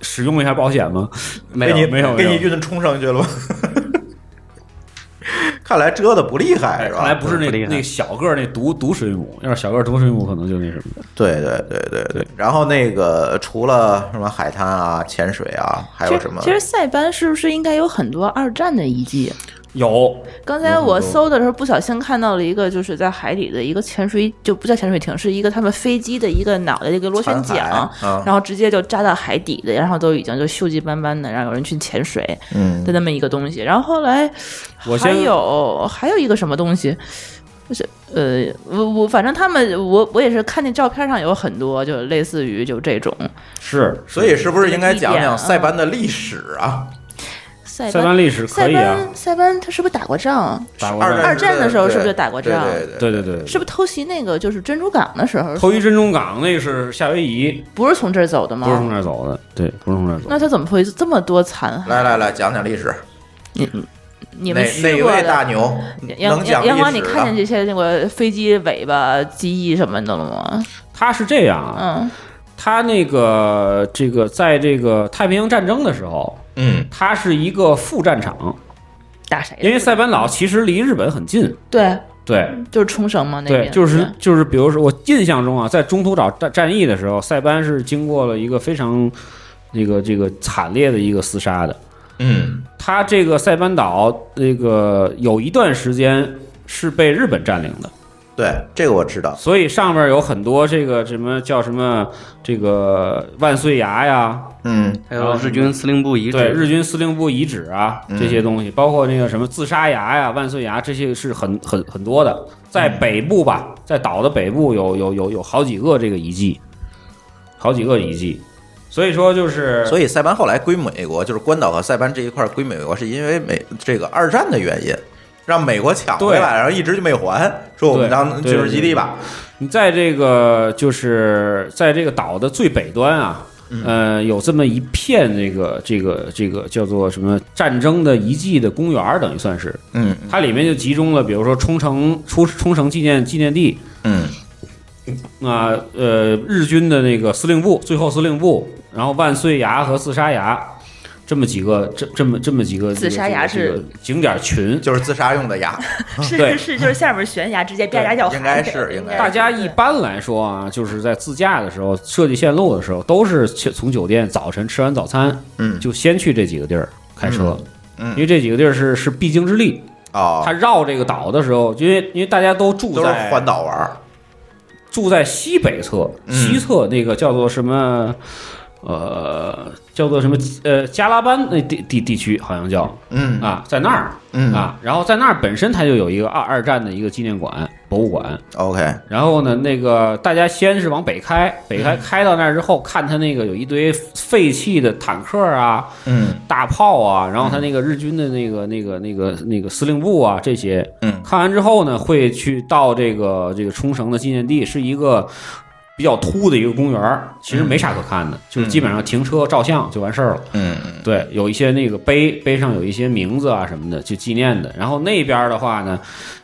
S4: 使用了一下保险吗？
S5: 没
S4: 给
S5: 有
S4: 你，没有，
S3: 给
S4: 没
S3: 你
S4: 有
S3: 运冲上去了吗？ 看来蛰的不厉害
S4: 哎
S3: 是吧？
S4: 看来不是那
S5: 不厉害
S4: 那小个儿那毒毒水母，要是小个儿毒水母，可能就那什么。
S3: 对对对对对。然后那个除了什么海滩啊、潜水啊，还
S6: 其
S3: 有
S6: 实
S3: 什么
S6: 其？实塞班是不是应该有很多二战的遗迹？
S4: 有，
S6: 刚才
S3: 嗯
S6: 我搜的时候不小心看到了一个，就是在海里的一个潜水，就不叫潜水艇，是一个他们飞机的一个脑袋的一个螺旋桨
S3: 残骸，
S4: 啊
S3: 嗯
S6: 然后直接就扎到海底的，然后都已经就锈迹斑斑的，然后有人去潜水
S3: 嗯
S6: 的那么一个东西。然后后来
S4: 我
S6: 还
S4: 先
S6: 有还有一个什么东西。就是呃，我我反正他们我我也是看那照片上有很多，就类似于就这种
S4: 是
S3: 所以是不是应该讲
S6: 这个地点
S3: 讲
S6: 啊
S3: 塞班的历史啊？
S6: 塞
S4: 塞班历史可
S6: 哎塞
S4: 以啊
S6: 班，塞班他是不是打过仗？
S4: 打过
S3: 二
S4: 仗
S6: 二战的时候是不是
S3: 对
S6: 打过仗
S3: 对对对，
S4: 啊对对对，
S6: 是不是偷袭那个就是珍珠港的时候？
S4: 头一珍珠港那是夏威夷，
S6: 不是从这儿走的吗？
S4: 不是从那儿走的，对，不是从那儿走的。
S6: 啊那他怎么会这么多残骸？
S3: 来来来，讲讲历史。
S6: 你你
S3: 哪
S6: 们去
S3: 哪
S6: 过
S3: 位大
S6: 的？
S3: 牛
S6: 阳
S3: 能讲
S6: 阳阳光，你
S3: 历史
S6: 看见
S3: 啊？
S6: 这些那个飞机尾巴、机翼什么的了吗？
S4: 他是这样啊，
S6: 嗯，
S4: 他那个这个在这个太平洋战争的时候，
S3: 嗯
S4: 它是一个副战场，
S6: 打谁的？
S4: 因为塞班岛其实离日本很近，
S6: 对，
S4: 对。
S6: 就是冲绳嘛，那
S4: 对，
S6: 边
S4: 就是就是，比如说我印象中啊，在中途岛战战役的时候，塞班是经过了一个非常那个这个惨烈的一个厮杀的。
S3: 嗯，
S4: 它这个塞班岛那个有一段时间是被日本占领的，
S3: 对，这个我知道。
S4: 所以上面有很多这个什么叫什么这个万岁崖呀，
S3: 嗯，
S5: 还有日军司令部遗址，
S4: 啊对，日军司令部遗址啊这些
S3: 嗯
S4: 东西，包括那个什么自杀崖呀、万岁崖这些是很很很多的。在北部吧，在岛的北部有有有有好几个这个遗迹，好几个遗迹。所以说就是，
S3: 所以塞班后来归美国，就是关岛和塞班这一块归美国，是因为美这个二战的原因，让美国抢回来，
S4: 对
S3: 然后一直就没还，说我们
S4: 对
S3: 当
S4: 对
S3: 军事基地吧。
S4: 你在这个就是在这个岛的最北端啊，
S3: 嗯
S4: 呃，有这么一片这个这个这个叫做什么战争的遗迹的公园儿，等于算是
S3: 嗯
S4: 它里面就集中了，比如说冲绳冲冲绳纪念纪念地
S3: 嗯
S4: 啊、呃，日军的那个司令部最后司令部，然后万岁崖和自杀崖。这么几个，这这么这么几个
S6: 自杀崖
S4: 这个这
S6: 是
S4: 个景点群，
S3: 就是自杀用的牙，
S7: 是
S4: 嗯对
S7: 是是，就是下面悬崖直接啪
S4: 对
S7: 嗒掉海里，
S3: 应该是应该是
S4: 大家一般来说啊，就是在自驾的时候设计线路的时候，都是去从酒店早晨吃完早餐，
S3: 嗯
S4: 就先去这几个地儿开车，
S3: 嗯嗯
S4: 因为这几个地儿是是必经之地。
S3: 哦
S4: 他，绕这个岛的时候，因为因为大家都住
S3: 都是
S4: 在
S3: 环岛玩儿，
S4: 住在西北侧，
S3: 嗯
S4: 西侧那个叫做什么？呃，叫做什么？呃，加拉班那地地地区好像叫
S3: 嗯
S4: 啊，在那儿
S3: 嗯
S4: 啊，然后在那儿本身它就有一个二二战的一个纪念馆、博物馆，
S3: ，OK，
S4: 然后呢，那个大家先是往北开，北
S3: 嗯
S4: 开开到那儿之后，看他那个有一堆废弃的坦克啊、
S3: 嗯
S4: 大炮啊，然后他那个日军的那个、那个、那个、那个司令部啊这些。
S3: 嗯
S4: 看完之后呢，会去到这个这个冲绳的纪念地，是一个比较秃的一个公园儿，其实没啥可看的，就是基本上停车照相就完事儿了。
S3: 嗯
S4: 对，有一些那个碑碑上有一些名字啊什么的，就纪念的。然后那边儿的话呢，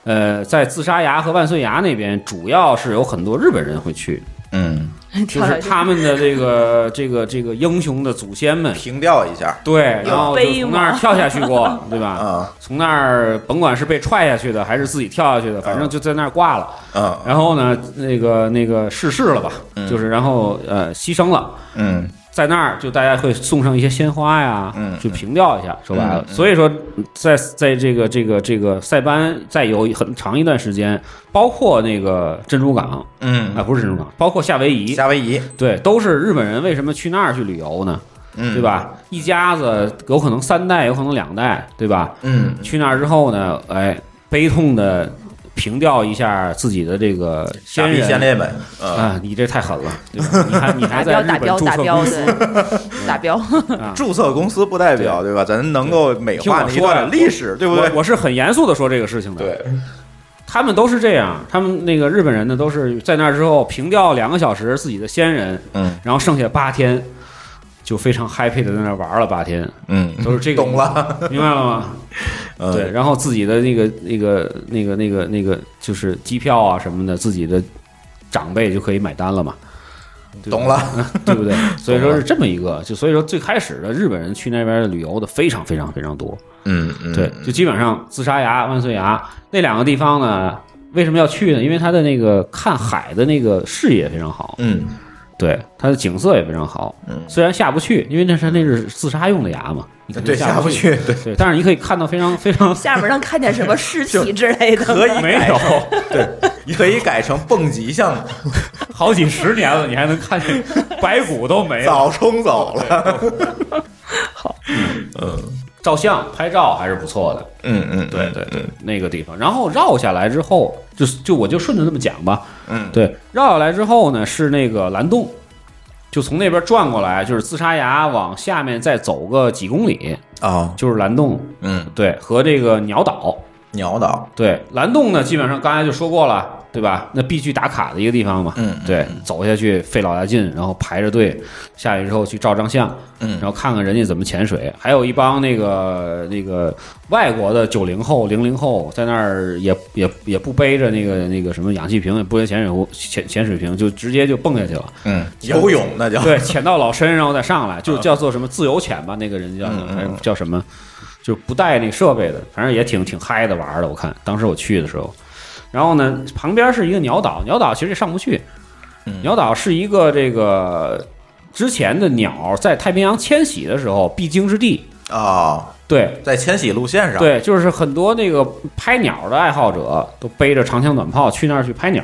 S4: 呃，在自杀崖和万岁崖那边，主要是有很多日本人会 去，
S3: 嗯，
S4: 就是他们的这个这个这个英雄的祖先们，
S3: 平调一下
S4: 对，然后就
S7: 碑
S4: 从
S7: 吗
S4: 那儿跳下去过，对吧？
S3: 啊
S4: 从那儿甭管是被踹下去的，还是自己跳下去的，反正就在那儿挂了。
S3: 嗯
S4: 然后呢，那个那个逝世了吧，
S3: 嗯
S4: 就是然后呃牺牲了。
S3: 嗯
S4: 在那儿就大家会送上一些鲜花呀，
S3: 嗯
S4: 去凭吊一下。说白了
S3: 嗯，嗯
S4: 所以说在在这个这个这个塞班再有很长一段时间，包括那个珍珠港啊，
S3: 嗯，
S4: 不是珍珠港，包括夏威夷，
S3: 夏威夷，
S4: 对，都是日本人为什么去那儿去旅游呢？
S3: 嗯，
S4: 对？吧？一家子有可能三代，有可能两代，对吧？
S3: 嗯
S4: 去那儿之后呢，哎，悲痛的凭吊一下自己的这个
S3: 傻
S4: 先
S3: 逼
S4: 人
S3: 先烈们，嗯，
S4: 啊，你这太狠了，对吧？你还你
S6: 打
S4: 还在
S6: 标
S4: 日
S6: 打
S4: 本
S6: 标
S4: 注
S6: 打
S4: 册
S6: 标
S4: 公司。啊
S6: 对，打标。
S3: 注册公司不代表对吧？咱能够美化那一段历史， 对不对
S4: 我？我是很严肃的说这个事情的。，
S3: 对，
S4: 他们都是这样，他们那个日本人呢，都是在那儿之后平掉两个小时自己的先人，
S3: 嗯
S4: 然后剩下八天就非常 happy 的在那儿玩了八天，
S3: 嗯，
S4: 都是这个
S3: 懂，了，
S4: 明白了吗？
S3: 嗯
S4: 对，，然后自己的那个那个那个那个那个就是机票啊什么的，自己的长辈就可以买单了嘛。对不对
S3: 懂，了，
S4: 对 不对？所以说是这么一个，就所以说最开始的日本人去那边旅游的非常非常非常多，
S3: 嗯嗯，
S4: 对，就基本上自杀崖、万岁崖那两个地方呢，为什么要去呢？因为它的那个看海的那个视野非常好，
S3: 嗯
S4: 对，它的景色也非常好。
S3: 嗯
S4: 虽然下不去，因为那是那是自杀用的崖嘛，你肯定
S3: 对，下
S4: 不
S3: 不。去，对，
S4: 对，但是你可以看到非常非常
S7: 下面能看见什么尸体之类的吗，
S3: 可以
S4: 没有
S3: 对，可以改成蹦极项目，
S4: 好几十年了，你还能看见白骨都没 了。
S3: 早冲走了，
S4: 照相拍照还是不错的，
S3: 嗯嗯，
S4: 对对对，那个地方。然后绕下来之后，就就我就顺着这么讲吧，
S3: 嗯，
S4: 对，绕下来之后呢，是那个蓝洞，就从那边转过来，就是自杀崖往下面再走个几公里，
S3: 哦，
S4: 就是蓝洞。
S3: 嗯，
S4: 对，和这个鸟岛。
S3: 鸟岛，
S4: 对，蓝洞呢，基本上刚才就说过了，对吧？那必须打卡的一个地方嘛。
S3: 嗯嗯
S4: 对，走下去费老大劲，然后排着队下去之后去照张相，
S3: 嗯
S4: 然后看看人家怎么潜水。还有一帮那个那个外国的九零后、零零后在那儿也也也不背着那个那个什么氧气瓶，也不背潜水壶、潜潜水瓶，就直接就蹦下去了。
S3: 嗯，游泳那叫，
S4: 对，潜到老深，然后再上来，就叫做什么自由潜吧，那个人叫
S3: 嗯嗯
S4: 还是叫什么，就不带那设备的，反正也挺挺嗨的玩儿的。我看当时我去的时候，然后呢，旁边是一个鸟岛，鸟岛其实也上不去，
S3: 嗯
S4: 鸟岛是一个这个之前的鸟在太平洋迁徙的时候必经之地，
S3: 哦，
S4: 对，
S3: 在迁徙路线上，，
S4: 对，就是很多那个拍鸟的爱好者都背着长枪短炮去那儿去拍鸟。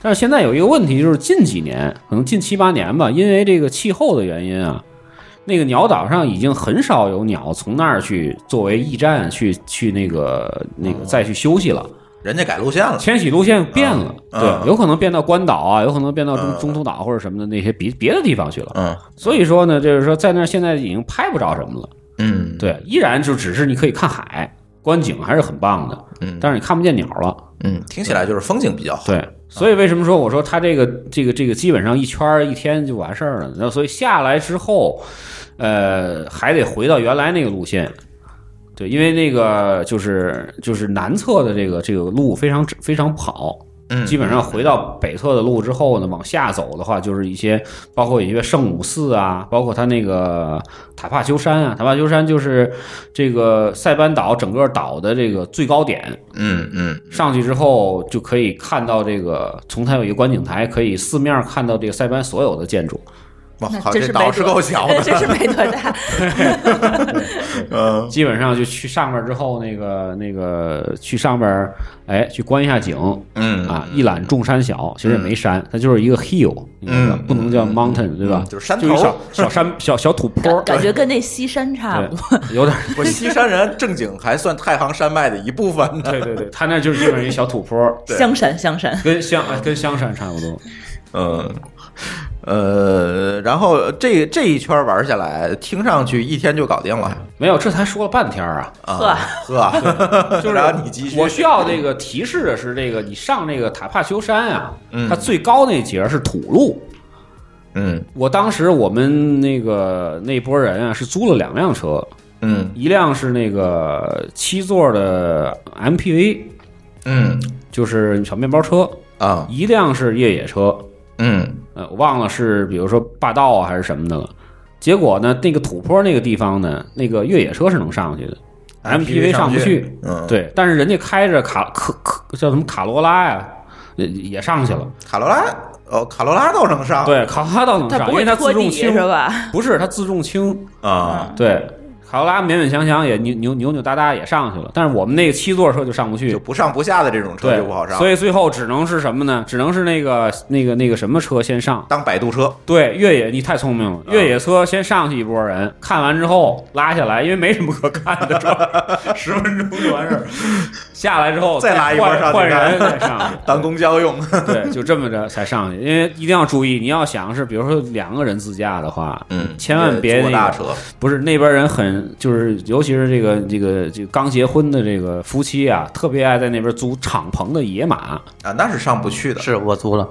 S4: 但是现在有一个问题，就是近几年，可能近七八年吧，因为这个气候的原因啊，那个鸟岛上已经很少有鸟从那儿去作为驿站去去那个那
S3: 嗯
S4: 个再去休息了，
S3: 人家改路线了，
S4: 迁徙路线变了，
S3: 嗯嗯
S4: 对，有可能变到关岛啊，有可能变到中
S3: 嗯
S4: 中途岛或者什么的那些别别的地方去了。
S3: 嗯
S4: 所以说呢，就是说在那儿现在已经拍不着什么了。
S3: 嗯，
S4: 对，依然就只是你可以看海，观景还是很棒的，
S3: 嗯
S4: 但是你看不见鸟了。
S3: 嗯，听起来就是风景比较好，
S4: 对，所以为什么说我说它这个这个这个基本上一圈儿一天就完事儿了？那所以下来之后，呃，还得回到原来那个路线。对，因为那个就是就是南侧的这个这个路非常非常不好，
S3: 嗯，
S4: 基本上回到北侧的路之后呢，往下走的话，就是一些包括一些圣母寺啊，包括它那个塔帕丘山啊，塔帕丘山就是这个塞班岛整个岛的这个最高点，
S3: 嗯嗯
S4: 上去之后就可以看到这个，从它有一个观景台，可以四面看到这个塞班所有的建筑。
S3: 哇，
S6: 那
S3: 好，
S6: 真
S3: 这
S6: 是
S3: 岛
S6: 没
S3: 是
S6: 辙
S3: 够小
S6: 真
S3: 的，
S6: 是没多 大。
S3: 嗯
S4: 基本上就去上面之后，那个那个去上面，哎，去观一下景，
S3: 嗯
S4: 啊，一览众山小，其实也没山，它就是一个 hill，你知道吧
S3: 嗯
S4: 不能叫 mountain，对吧
S3: 嗯？就是山头
S4: 一小小山小小土坡，
S6: 感觉跟那西山差不多。
S4: 对，有点，
S3: 我西山人正经还算太行山脉的一部分 呢，
S4: 对对对，它那就是基本上一小土坡，
S3: 对啊
S6: 香山，香山，
S4: 跟香哎跟香山差不多。
S3: 嗯。呃，然后这这一圈玩下来，听上去一天就搞定了
S4: 没有，这才说了半天儿啊，
S3: 啊， 呵，
S4: 就是
S3: 然后你继续，
S4: 我需要这个提示的是，这个你上那个塔帕丘山啊，
S3: 嗯
S4: 它最高那节儿是土路。
S3: 嗯
S4: 我当时我们那个那波人啊，是租了两辆车，
S3: 嗯
S4: 一辆是那个七座的 MPV，
S3: 嗯
S4: 就是小面包车，
S3: 啊
S4: 一辆是越野车，
S3: 嗯
S4: 呃，我忘了是比如说霸道啊还是什么的了。结果呢，那个土坡那个地方呢，那个越野车是能上去的
S3: MPV
S4: 上不
S3: 上不
S4: 去
S3: 去。嗯
S4: 对，但是人家开着卡可可叫什么卡罗拉呀、也也上去了。
S3: 卡罗拉哦，卡罗拉倒能上，
S4: 对，卡罗拉倒能
S6: 它
S4: 上，
S6: 不
S4: 因为
S6: 会
S4: 它
S6: 拖
S4: 自重
S6: 地
S4: 轻
S6: 是，吧？
S4: 不是它自重轻。
S3: 啊，
S4: 对，卡罗拉勉勉强强也扭扭扭扭哒哒也上去了，但是我们那个七座车就上不去
S3: 就。不上不下的这种车
S4: 对
S3: 就不好，上，
S4: 所
S3: 以
S4: 以最后只能是什么呢？只能是那个那个那个什么车先上，
S3: 当摆渡车，
S4: 对，越野你太聪明了，
S3: 啊
S4: 越野车先上去一波人，看完之后拉下来，因为没什么可看的，主要 十分钟就完事儿。下来之后
S3: 再拉一波
S4: 换
S3: 上去
S4: 换
S3: 看
S4: 人再上
S3: 当公交用，
S4: 去，对，就这么着才上去。因为一定要注意，你要想是比如说两个人自驾的话，
S3: 嗯，
S4: 千万别
S3: 坐
S4: 那
S3: 大
S4: 个
S3: 车，
S4: 不是那边人很就是，尤其是这个这个这个刚结婚的这个夫妻啊，特别爱在那边租敞篷的野马。
S3: 啊，那是上不去的。
S5: 是我租了，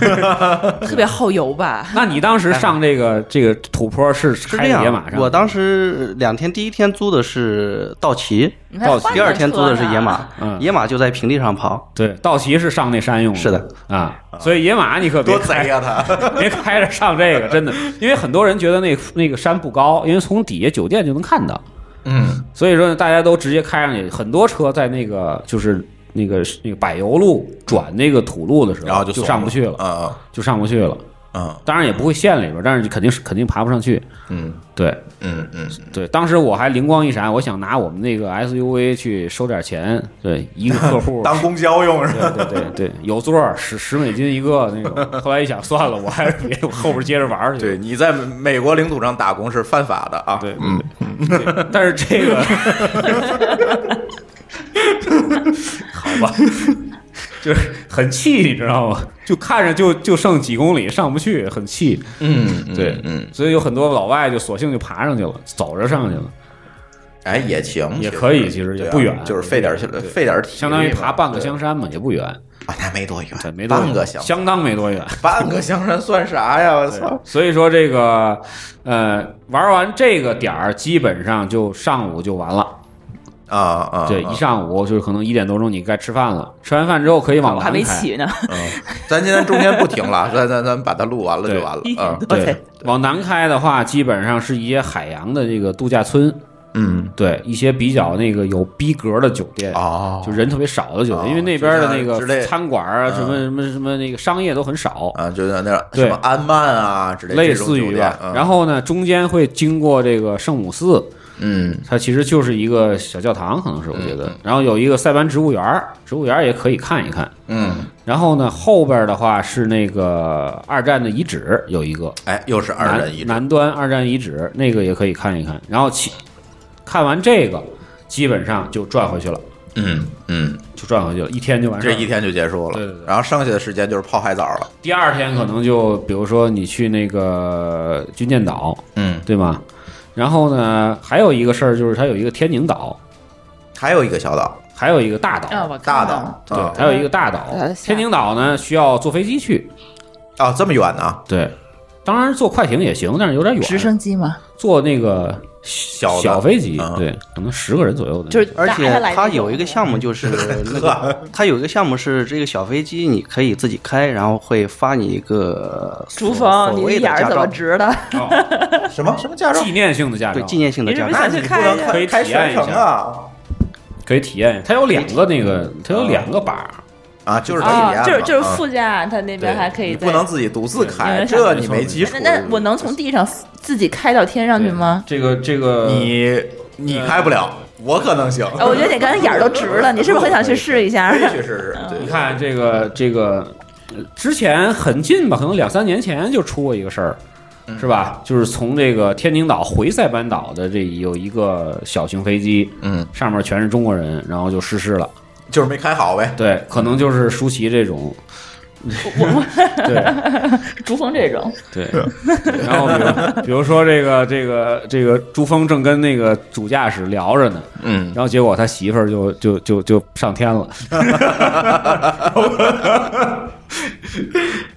S4: 嗯
S6: 特别耗油吧？
S4: 那你当时上这个这个土坡是
S5: 是
S4: 开
S5: 这
S4: 野
S5: 样
S4: 马。上？
S5: 我当时两天，第一天租的是道奇，
S6: 你还换了
S4: 到底
S5: 第二天租的是
S6: 车呢
S5: 野马
S4: 嗯，
S5: 野马就在平地上跑。
S4: 对，道奇是上那山用
S5: 是的
S4: 啊，所以野马你可别
S3: 多贼啊
S4: 开，
S3: 呀、他！
S4: 别开着上这个，真 的，因为很多人觉得那那个山不高，因为从底下酒店就能看到，
S3: 嗯
S4: 所以说呢，大家都直接开上去，很多车在那个就是那个那个柏油路转那个土路的时候，
S3: 然后就
S4: 就
S3: 怂
S4: 上不去了，
S3: 嗯
S4: 就上不去了。
S3: 嗯
S4: 当然也不会陷里边，但是肯定是肯定爬不上去。
S3: 嗯
S4: 对
S3: 嗯嗯
S4: 对，当时我还灵光一闪，我想拿我们那个 SUV 去收点钱，对一个客户
S3: 嗯， 当公交用是吧？
S4: 对对对 对，有座儿十十美金一个那种。后来一想，算了，我还是别我后边接着玩儿去。
S3: 对，你在美国领土上打工是犯法的啊！
S4: 对
S3: 嗯，
S4: 对但是这 个好吧，就是很气，你知道吗？就看着就就剩几公里上不去，很气。
S3: 嗯，
S4: 对
S3: 嗯，
S4: 所以有很多老外就索性就爬上去了，走着上去了，
S3: 哎，也行，
S4: 也
S3: 其实
S4: 可以其实也
S3: 对啊
S4: 不远
S3: 就是费点儿
S4: 对
S3: 费点儿体力嘛，
S4: 相当于爬半个
S3: 对
S4: 香山嘛，也不远，
S3: 啊，那没多远，
S4: 没多远
S3: 半个香
S4: 相当没多远。
S3: 半个香山算啥呀？我操！
S4: 所以说这个，呃，玩完这个点儿，基本上就上午就完了。
S3: 啊啊，
S4: 对，
S3: 啊
S4: 一上午就是可能一点多钟，你该吃饭了。吃完饭之后可以往
S6: 我
S4: 南
S6: 还没
S4: 开
S6: 起呢，
S3: 咱今天中间不停了，咱咱咱把它录完了就完了
S6: 一点
S3: 啊。
S6: 多才
S4: 对，往南开的话，基本上是一些海洋的这个度假村，
S3: 嗯，
S4: 对，一些比较那个有逼格的酒店，
S3: 哦
S4: 嗯就人特别少啊的酒店，
S3: 哦
S4: 因为那边的那
S3: 就像之类
S4: 个餐馆啊，
S3: 嗯
S4: 什么什么什么那个商业都很少，
S3: 啊，就像那种
S4: 对
S3: 什么安曼啊之类
S4: 类
S3: 这种
S4: 似
S3: 酒
S4: 于
S3: 店
S4: 吧。然后呢，中间会经过这个圣母寺，
S3: 嗯，
S4: 它其实就是一个小教堂，可能是我觉得。然后有一个塞班植物园儿，植物园儿也可以看一看。
S3: 嗯，
S4: 然后呢，后边儿的话是那个二战的遗址，有一个
S3: 哎，又是二人一
S4: 南南端二战遗址，那个也可以看一看。然后其看完这个，基本上就转回去了，
S3: 嗯嗯，
S4: 就转回去了，一天就完事
S3: 这
S4: 儿了。
S3: 一天就结束了，
S4: 对对对
S3: 然后剩下的时间就是泡海澡了，
S4: 第二天可能就比如说你去那个军舰岛，
S3: 嗯，
S4: 对吗？然后呢，还有一个事儿就是它有一个天宁岛，
S3: 还有一个小岛，
S4: 还有一个大岛。
S6: 啊，我看
S3: 大
S6: 到
S3: 岛
S6: 了，
S4: 对，
S3: 啊
S4: 还有一个大岛
S6: 呃，下
S4: 天宁岛呢需要坐飞机去。
S3: 啊，这么远呢，
S4: 对，当然坐快艇也行，但是有点远。
S6: 直升机嘛，
S4: 坐那个小
S3: 的
S4: 小飞机
S3: 嗯，
S4: 对，可能十个人左右的那种，
S6: 就是
S5: 而且
S6: 打下来
S5: 它
S6: 那种
S5: 有一个项目就是 那个，它有一个项目是这个小飞机你可以自己开，然后会发你一个
S7: 厨
S5: 所
S7: 房，你
S5: 所
S7: 的
S5: 谓的
S7: 眼儿
S5: 驾
S7: 怎么
S5: 照，
S7: 直的？
S3: 什么什么驾照
S4: 纪？念性的驾照，
S5: 对纪念性的
S7: 你是
S5: 驾
S7: 不
S5: 照
S7: 是。想去看一下？
S4: 可以
S3: 开
S4: 体验
S3: 全
S4: 一
S3: 程
S4: 下
S3: 啊
S4: 可以体验。它有两个那个，它有两个板儿，
S3: 啊，就是可以体验
S6: 啊，
S3: 嘛
S6: 就是就是
S3: 啊
S6: 副驾，它那边还可以
S3: 你
S6: 再
S3: 不能自己独自开，
S6: 对
S3: 这你没基础
S6: 那。那我能从地上自己开到天上去
S4: 对
S6: 吗？？
S4: 这个这个，
S3: 你你开不了，我可能行。
S6: 啊，我觉得你刚才眼儿都直了，你是不是很想去试一 下
S3: 可？以去试试，对
S6: 嗯
S4: 你，看这个这个，呃之前很近吧，可能两三年前就出过一个事儿。是吧？就是从这个天津岛回塞班岛的这有一个小型飞机，
S3: 嗯，
S4: 上面全是中国人，然后就失事了。
S3: 就是没开好呗。
S4: 对，可能就是舒淇这种，
S6: 珠峰这种，
S4: 对。然后比如比如说这个这个这个朱峰正跟那个主驾驶聊着呢，
S3: 嗯，
S4: 然后结果他媳妇儿就就就就上天了。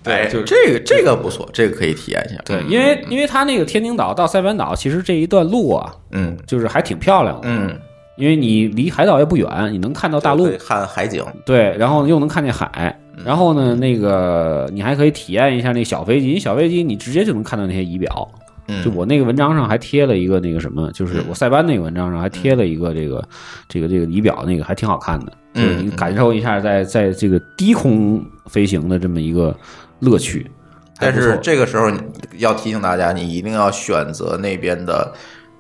S3: 对，
S4: 就是
S3: 哎这个这个不错，这个可以体验一下。
S4: 对，因为因为他那个天津岛到塞班岛，其实这一段路啊，
S3: 嗯
S4: 就是还挺漂亮的，
S3: 嗯，
S4: 因为你离海岛也不远，你能看到大陆
S3: 就可以，看海景，
S4: 对，然后又能看见海，
S3: 嗯
S4: 然后呢，那个你还可以体验一下那个小飞机，小飞机你直接就能看到那些仪表。
S3: 嗯
S4: 就我那个文章上还贴了一个那个什么，就是我塞班那个文章上还贴了一个这个这个这个仪表，那个还挺好看的，
S3: 嗯
S4: 就是你感受一下在在这个低空飞行的这么一个乐趣。还
S3: 但
S4: 不
S3: 是
S4: 错
S3: 这个时候你要提醒大家，你一定要选择那边的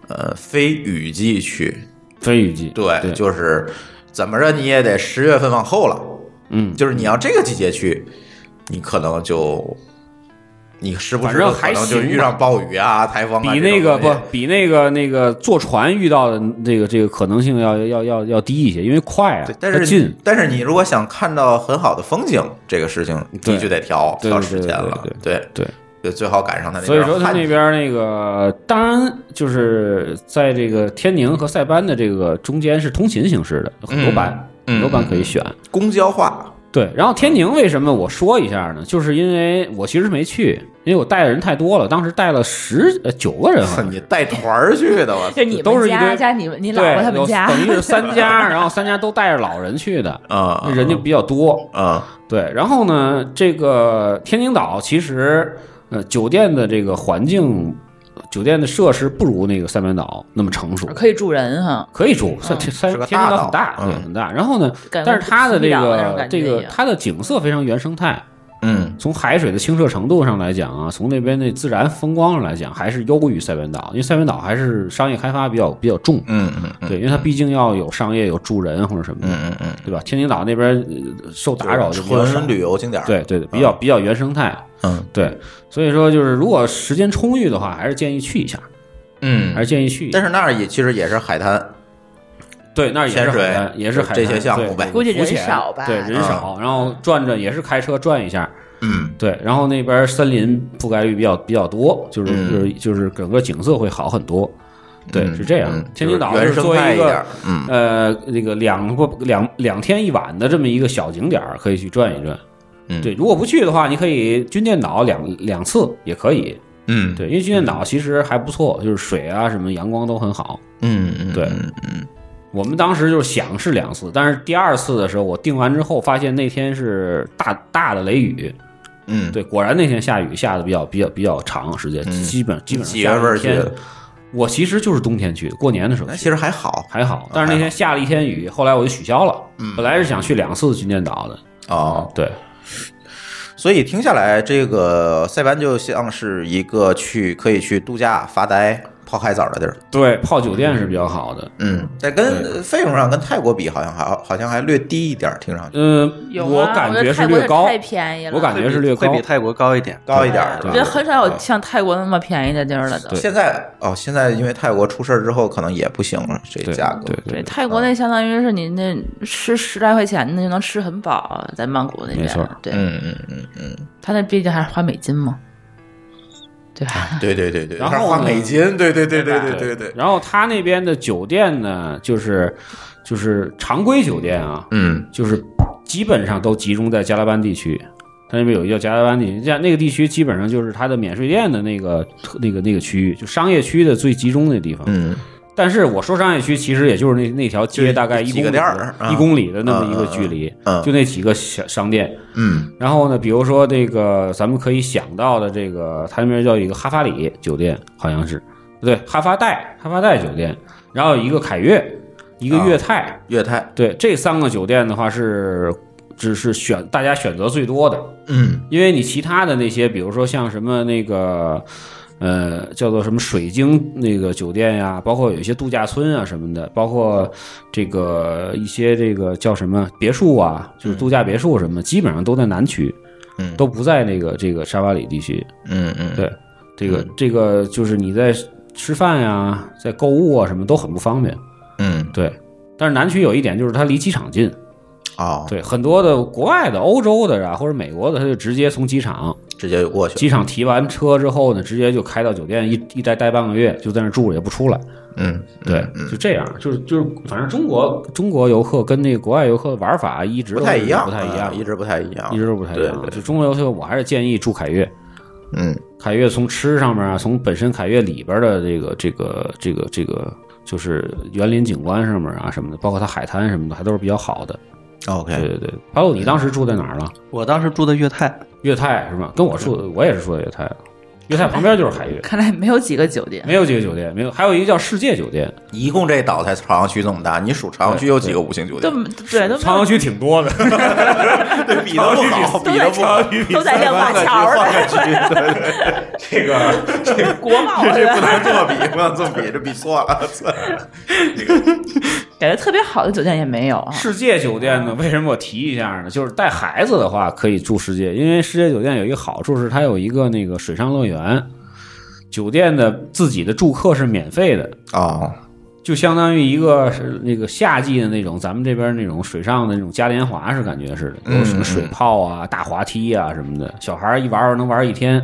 S3: 呃非雨季去，
S4: 飞雨季，
S3: 对，
S4: 对
S3: 就是怎么着你也得十月份往后了，
S4: 嗯，
S3: 就是你要这个季节去，你可能就。你时不时
S4: 反正
S3: 的可
S4: 还
S3: 能就
S4: 行
S3: 遇
S4: 吧
S3: 上暴雨啊、台风啊，
S4: 比
S3: 这
S4: 那
S3: 种
S4: 个
S3: 东
S4: 不
S3: 西
S4: 比那个那个坐船遇到的这个这个可能性要要要要低一些，因为快啊
S3: 对，，但
S4: 它
S3: 是
S4: 近
S3: 你，但是你如果想看到很好的风景，这个事情
S4: 对
S3: 你就得调
S4: 对
S3: 调
S4: 对
S3: 时
S4: 对
S3: 间
S4: 对
S3: 了，
S4: 对
S3: 对
S4: 对，
S3: 就最好赶上他那
S4: 所以说他
S3: 旱
S4: 那
S3: 季
S4: 边那个，当然就是在这个天宁和塞班的这个中间是通勤形式的，有很多版，
S3: 嗯
S4: 很多版可以选。
S3: 公交化，
S4: 对，然后天宁为什么我说一下呢？就是因为我其实没去，因为我带的人太多了，当时带了十呃九个人好像，
S3: 你带团儿 去的，我操
S6: 就你
S4: 都是
S6: 们
S4: 一
S6: 家
S4: 堆
S6: 加你们你老
S4: 对，
S6: 婆他们
S4: 有
S6: 家，
S4: 等于是三 家，然后三家都带着老人去的，
S3: 啊，
S4: 人就比较多。
S3: 啊，
S4: 对，然后呢，这个天津岛其实呃酒店的这个环境。酒店的设施不如那个塞班岛那么成熟，
S6: 啊 可以啊住人哈，
S4: 可以住，塞塞
S3: 是个
S4: 天
S3: 大
S4: 津岛
S3: 岛
S4: 很大，对，
S3: 嗯
S4: 很大。然后呢，
S6: 感觉
S4: 但是它的这
S6: 西岛那种
S4: 个
S6: 感觉
S4: 这
S6: 一
S4: 个
S6: 样
S4: 它的景色非常原生态，
S3: 嗯
S4: 从海水的清澈程度上来讲啊，从那边的自然风光上来讲，还是优于塞班岛，因为塞班岛还是商业开发比较比较重，
S3: 嗯嗯嗯
S4: 对，因为它毕竟要有商业、有住人或者什么的，
S3: 嗯嗯
S4: 对吧？天津岛那边呃受打扰就比较少
S3: 纯，旅游景点儿，
S4: 对对对，比较比较原生态，
S3: 嗯
S4: 对，所以说就是如果时间充裕的话，还是建议去一下，还
S3: 嗯，
S4: 是建议去一下。
S3: 但是那儿也其实也是海滩，
S4: 对，那儿也是
S3: 潜水
S4: 海滩，也是海滩
S3: 这些项目
S4: 对
S3: 呗
S4: 对
S6: 估计
S4: 浮
S6: 人
S4: 潜
S6: 少吧
S4: 对，人少，然后转转也是开车转一下，
S3: 嗯
S4: 对，然后那边森林覆盖率比较比较多，就是
S3: 嗯
S4: 就是就是整个景色会好很多，对，
S3: 嗯
S4: 是这样
S3: 嗯。
S4: 天津岛
S3: 就
S4: 是
S3: 是原生
S4: 作为
S3: 态一
S4: 一
S3: 点
S4: 个
S3: 儿，嗯
S4: 呃那个两或两两天一晚的这么一个小景点儿，可以去转一转。
S3: 嗯
S4: 对，如果不去的话，你可以军舰岛两两次也可以，
S3: 嗯
S4: 对，因为军舰岛其实还不错，就是水啊什么阳光都很好。
S3: 嗯嗯
S4: 对
S3: 嗯嗯
S4: 我们当时就是想是两次，但是第二次的时候我订完之后，发现那天是大大的雷雨，
S3: 嗯，
S4: 对，果然那天下雨下的比较比较比较长时间，
S3: 嗯
S4: 基本基本上
S3: 几月份
S4: 下了一
S3: 去的
S4: 天。我其实就是冬天去的，过年的时候
S3: 那
S4: 去
S3: 其实还好嗯
S4: 还好，但是那天下了一天雨，后来我就取消了。本来是想去两次军舰岛的，
S3: 哦，
S4: 对，
S3: 所以听下来，这个塞班就像是一个去可以去度假、发呆、泡海澡的地儿。
S4: 对，泡酒店是比较好的。
S3: 嗯，在跟费用上跟泰国比，好像还好像还略低一点儿，听上去
S4: 嗯，
S6: 有
S4: 我
S6: 啊
S4: 感
S6: 我觉
S4: 觉
S6: 得
S4: 是
S6: 泰国
S4: 略高，
S6: 太便宜了，
S4: 我感觉是略
S5: 会
S4: 高
S5: 比。泰国高一点。
S3: 高一点儿。
S6: 我觉
S3: 是
S6: 得
S3: 吧
S6: 很少有像泰国那么便宜的地儿了都。
S4: 对
S3: 现在哦，现在因为泰国出事儿之后，可能也不行了，这
S4: 对
S3: 价格。
S4: 对
S6: 对，泰国那相当于是你那吃十来块钱那就能吃很饱，在曼谷那边。
S4: 没错
S6: 对、
S3: 嗯嗯嗯嗯，
S6: 他那毕竟还是花美金嘛，对吧？
S3: 嗯对对对对，
S4: 然后
S3: 那花
S4: 呢
S3: 美金，对对对对对对对，
S4: 然后他那边的酒店呢，就是就是常规酒店啊，
S3: 嗯
S4: 就是基本上都集中在加拉班地区。他那边有一个叫加拉班地区，加那个地区基本上就是它的免税店的那个那个那个区域，就商业区的最集中的地方。
S3: 嗯
S4: 但是我说商业区，其实也就是那那条
S3: 就
S4: 街
S3: 是
S4: 大概一
S3: 几
S4: 公
S3: 个
S4: 里
S3: 店儿啊
S4: 一公里的那么一个距离，
S3: 嗯嗯嗯
S4: 就那几个小商店。
S3: 嗯
S4: 然后呢，比如说这个咱们可以想到的这个，它那边叫一个哈法里酒店，好像是不对，哈发带哈发带酒店，然后一个凯悦，一个悦泰，
S3: 粤泰，
S4: 对这三个酒店的话是。只是选大家选择最多的，
S3: 嗯
S4: 因为你其他的那些，比如说像什么那个，呃，叫做什么水晶那个酒店呀、包括有一些度假村啊什么的，包括这个一些这个叫什么别墅啊，就是度假别墅什么，基本上都在南区，
S3: 嗯
S4: 都不在那个这个沙巴里地区。
S3: 嗯嗯，
S4: 对，这个这个就是你在吃饭呀、在购物啊什么都很不方便。
S3: 嗯
S4: 对，但是南区有一点就是它离机场近，
S3: 哦，
S4: 对，很多的国外的、欧洲的啊或者美国的，它就直接从机场。
S3: 直接就过去了，
S4: 机场提完车之后呢，直接就开到酒店一一待待半个月，就在那儿住着也不出来。
S3: 嗯
S4: 对，就这样，就是就是，反正中国中国游客跟那个国外游客的玩法一直
S3: 不
S4: 都
S3: 太一样，
S4: 不太一
S3: 啊
S4: 样，
S3: 一直不太一样，
S4: 一直都不太一样。
S3: 对对
S4: 就中国游客，我还是建议住凯悦。
S3: 嗯
S4: 凯悦从吃上面啊，从本身凯悦里边的这个这个这个这个，就是园林景观上面啊什么的，包括它海滩什么的，还都是比较好的。对
S3: ，OK，
S4: 对对，巴鲁，你当时住在哪儿了？
S3: 嗯
S5: 我当时住的粤泰，
S4: 粤泰是吗？跟我住的，我也是住在粤泰的。粤泰旁边就是海悦。
S6: 看来没有几个酒店。
S4: 没有几个酒店，没有，还有一个叫世界酒店，
S3: 一共这岛才朝阳区这么大，你数朝阳区有几个五星酒
S6: 都
S3: 店？
S6: 对都没
S4: 朝
S6: 有
S4: 阳区挺多的，
S3: 对 比的不好，比的不好，比
S6: 都在亮马桥儿
S3: 的区，对对，这个这个
S6: 国 贸，
S3: 这
S6: 对
S3: 这不
S6: 吧
S3: 能这么 比，不能这么比，这比错了，
S6: 感觉特别好的酒店也没有啊。
S4: 世界酒店呢？为什么我提一下呢？就是带孩子的话可以住世界，因为世界酒店有一个好处是它有一个那个水上乐园，酒店的自己的住客是免费的，
S3: 哦，
S4: 就相当于一个是那个夏季的那种咱们这边那种水上的那种嘉年华是感觉似的，有什么水炮啊、大滑梯啊什么的，小孩儿一玩儿能玩儿一天。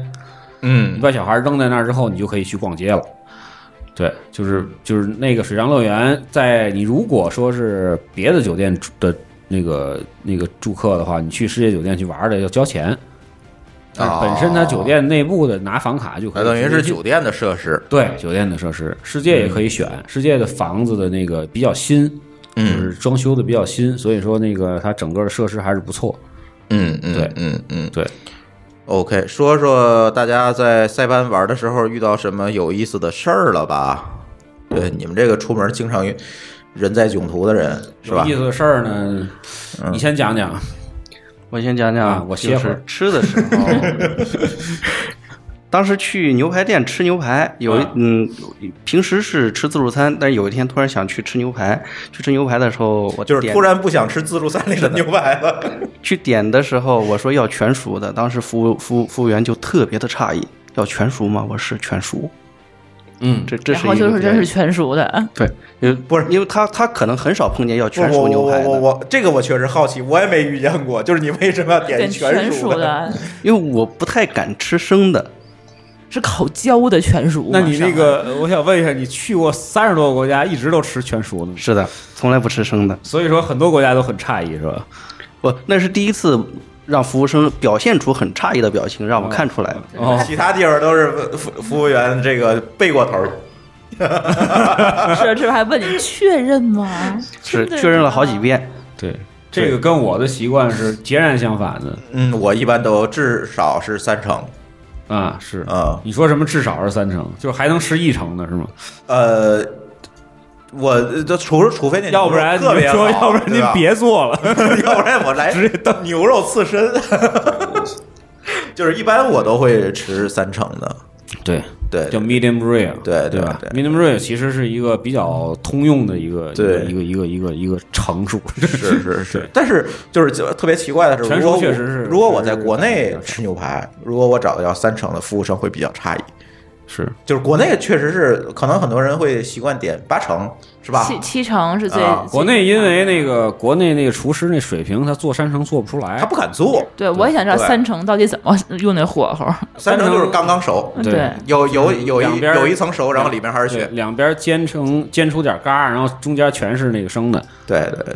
S4: 你
S3: 嗯
S4: 把小孩扔在那儿之后，你就可以去逛街了。对，就是就是那个水上乐园，在你如果说是别的酒店住的那个那个住客的话，你去世界酒店去玩儿的要交钱，但是本身它酒店内部的拿房卡就可
S3: 那
S4: 以，
S3: 哦哎等于是酒店的设施，
S4: 对酒店的设施，世界也可以选，世界的房子的那个比较新，就是
S3: 嗯
S4: 装修的比较新，所以说那个它整个的设施还是不错。
S3: 嗯嗯，
S4: 对
S3: 嗯嗯
S4: 对，
S3: ，OK，说说大家在塞班玩的时候遇到什么有意思的事儿了吧？对，你们这个出门经常遇人在囧途的人是
S4: 有
S3: 吧嗯
S4: 意？思的事儿呢，你先讲讲。
S5: 我先讲
S4: 啊
S5: 讲，
S4: 我歇
S5: 就
S4: 会
S5: 是
S4: 儿
S5: 吃的时候。 当时去牛排店吃牛排，有一
S4: 啊
S5: 嗯，平时是吃自助餐，但是有一天突然想去吃牛排。去吃牛排的时候，我
S3: 就是
S5: 点
S3: 突然不想吃自助餐里的牛排了。
S5: 去点的时候，我说要全熟的，当时服务服务服务员就特别的诧异，要全熟吗？我是全熟，
S4: 嗯，
S5: 这这
S6: 然
S5: 是
S6: 后
S5: 一
S6: 就
S5: 个
S6: 是这是全熟的，
S5: 对，因为
S3: 不是
S5: 因为他他可能很少碰见要全
S3: 我
S5: 熟
S3: 我
S5: 牛
S3: 我
S5: 排
S3: 我
S5: 的，
S3: 我，这个我确实好奇，我也没遇见过。就是你为什么要点
S6: 对
S3: 一全
S6: 全
S3: 熟
S6: 熟？的
S5: 因为我不太敢吃生的。
S6: 是烤焦的全熟。啊
S4: 那你那
S6: 马上
S4: 个，呃我想问一下，你去过三十多个国家，一直都吃全熟的吗？
S5: 是的，从来不吃生的。
S4: 所以说很多国家都很诧异，是吧？
S5: 我那是第一次让服务生表现出很诧异的表情，让我看出来了。
S4: 哦，
S3: 其他地方都是服服务员这个背过头儿，
S6: 是这还问你确认吗？
S5: 是
S6: 真的
S5: 确认了
S6: 吗
S5: 好几。遍。
S4: 对，这个跟我的习惯是截然相反的
S3: 嗯，我一般都至少是三成，
S4: 啊，是
S3: 嗯
S4: 你说什么至少是三成，就是还能吃一成的是吗？
S3: 呃，我就除除非那
S4: 要不然你
S3: 哎牛肉特别
S4: 说，
S3: 好
S4: 要不然您， 别做了。
S3: 对吧要不然我来
S4: 直 接
S3: 牛肉刺 身，就是一般我都会吃三成的，
S4: 对，
S3: 对
S4: 叫 medium rare，
S3: 对
S4: 对
S3: 对
S4: 吧
S3: 对
S4: ？medium rare 其实是一个比较通用的一个一个
S3: 对
S4: 一个一个一个一个常数，
S3: 是是 是，但是就是就特别奇怪的是，
S4: 全
S3: 如果
S4: 熟
S3: 我
S4: 确实是
S3: 如果我
S4: 是
S3: 在国内
S4: 比较差
S3: 吃牛排，如果我找的要三成的服务生会比较诧异。
S4: 是
S3: 就是国内确实是，可能很多人会习惯点八成，是吧？
S6: 七七成是最
S3: 啊
S6: 最
S4: 国内因为那个国内那个厨师那水平，他做三成做不出来，
S3: 他不敢做，
S6: 对，我也想知道
S3: 对
S6: 三成到底怎么用那火候。
S3: 三成就是刚刚熟，
S4: 对
S6: 对
S3: 有有有
S4: 两
S3: 一
S4: 边儿
S3: 有一层熟，然后里面还是
S4: 对
S3: 血。
S4: 两边煎成煎出点嘎，然后中间全是那个生的，
S3: 对对对，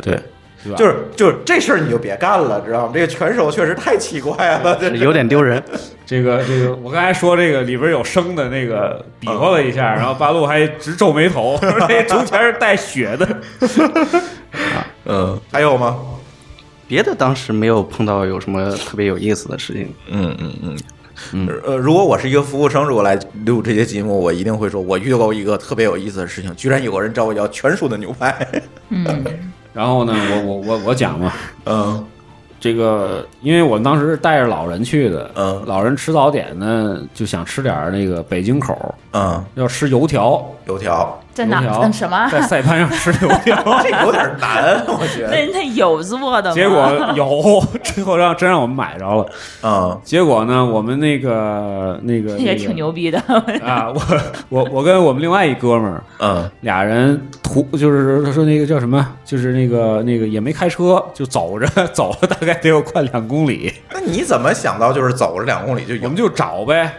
S4: 对吧？
S3: 就是就是这事儿你就别干了，知道吗？这个全熟确实太奇怪了，这
S5: 有点丢人。
S4: 这个这个，我刚才说这个里边有生的那个比划了一下，
S3: 嗯
S4: 然后八路还直皱眉 头，那中间是带血的。
S3: 嗯，还有吗？
S5: 别的当时没有碰到有什么特别有意思的事情。
S3: 嗯嗯嗯，呃，如果我是一个服务生，如果来录这些节目，我一定会说，我遇到过一个特别有意思的事情，居然有个人找我要全熟的牛排。
S4: 然后呢，我我我我讲嘛，
S3: 嗯
S4: 这个因为我们当时是带着老人去的，
S3: 嗯
S4: 老人吃早点呢，就想吃点那个北京口，
S3: 嗯，
S4: 要吃油条，
S3: 油条，
S6: 在
S4: 油
S6: 哪
S4: 条
S6: 嗯什么？
S4: 在塞班上吃油条，
S3: 这有点难，我觉
S6: 那
S3: 得。
S6: 那有做的吗？
S4: 结果有， 最后让真让我们买着了。
S3: 嗯
S4: 结果呢，我们那个那个
S6: 也
S4: 那个
S6: 挺牛逼的。
S4: 啊！我我 我跟我们另外一哥们儿
S3: 嗯
S4: 俩人途就是说说那个叫什么，就是那个那个也没开车，就走着 走了大概得有快两公里，
S3: 那你怎么想到就是走了两公里就
S4: 我
S3: 有
S4: 们？就找呗，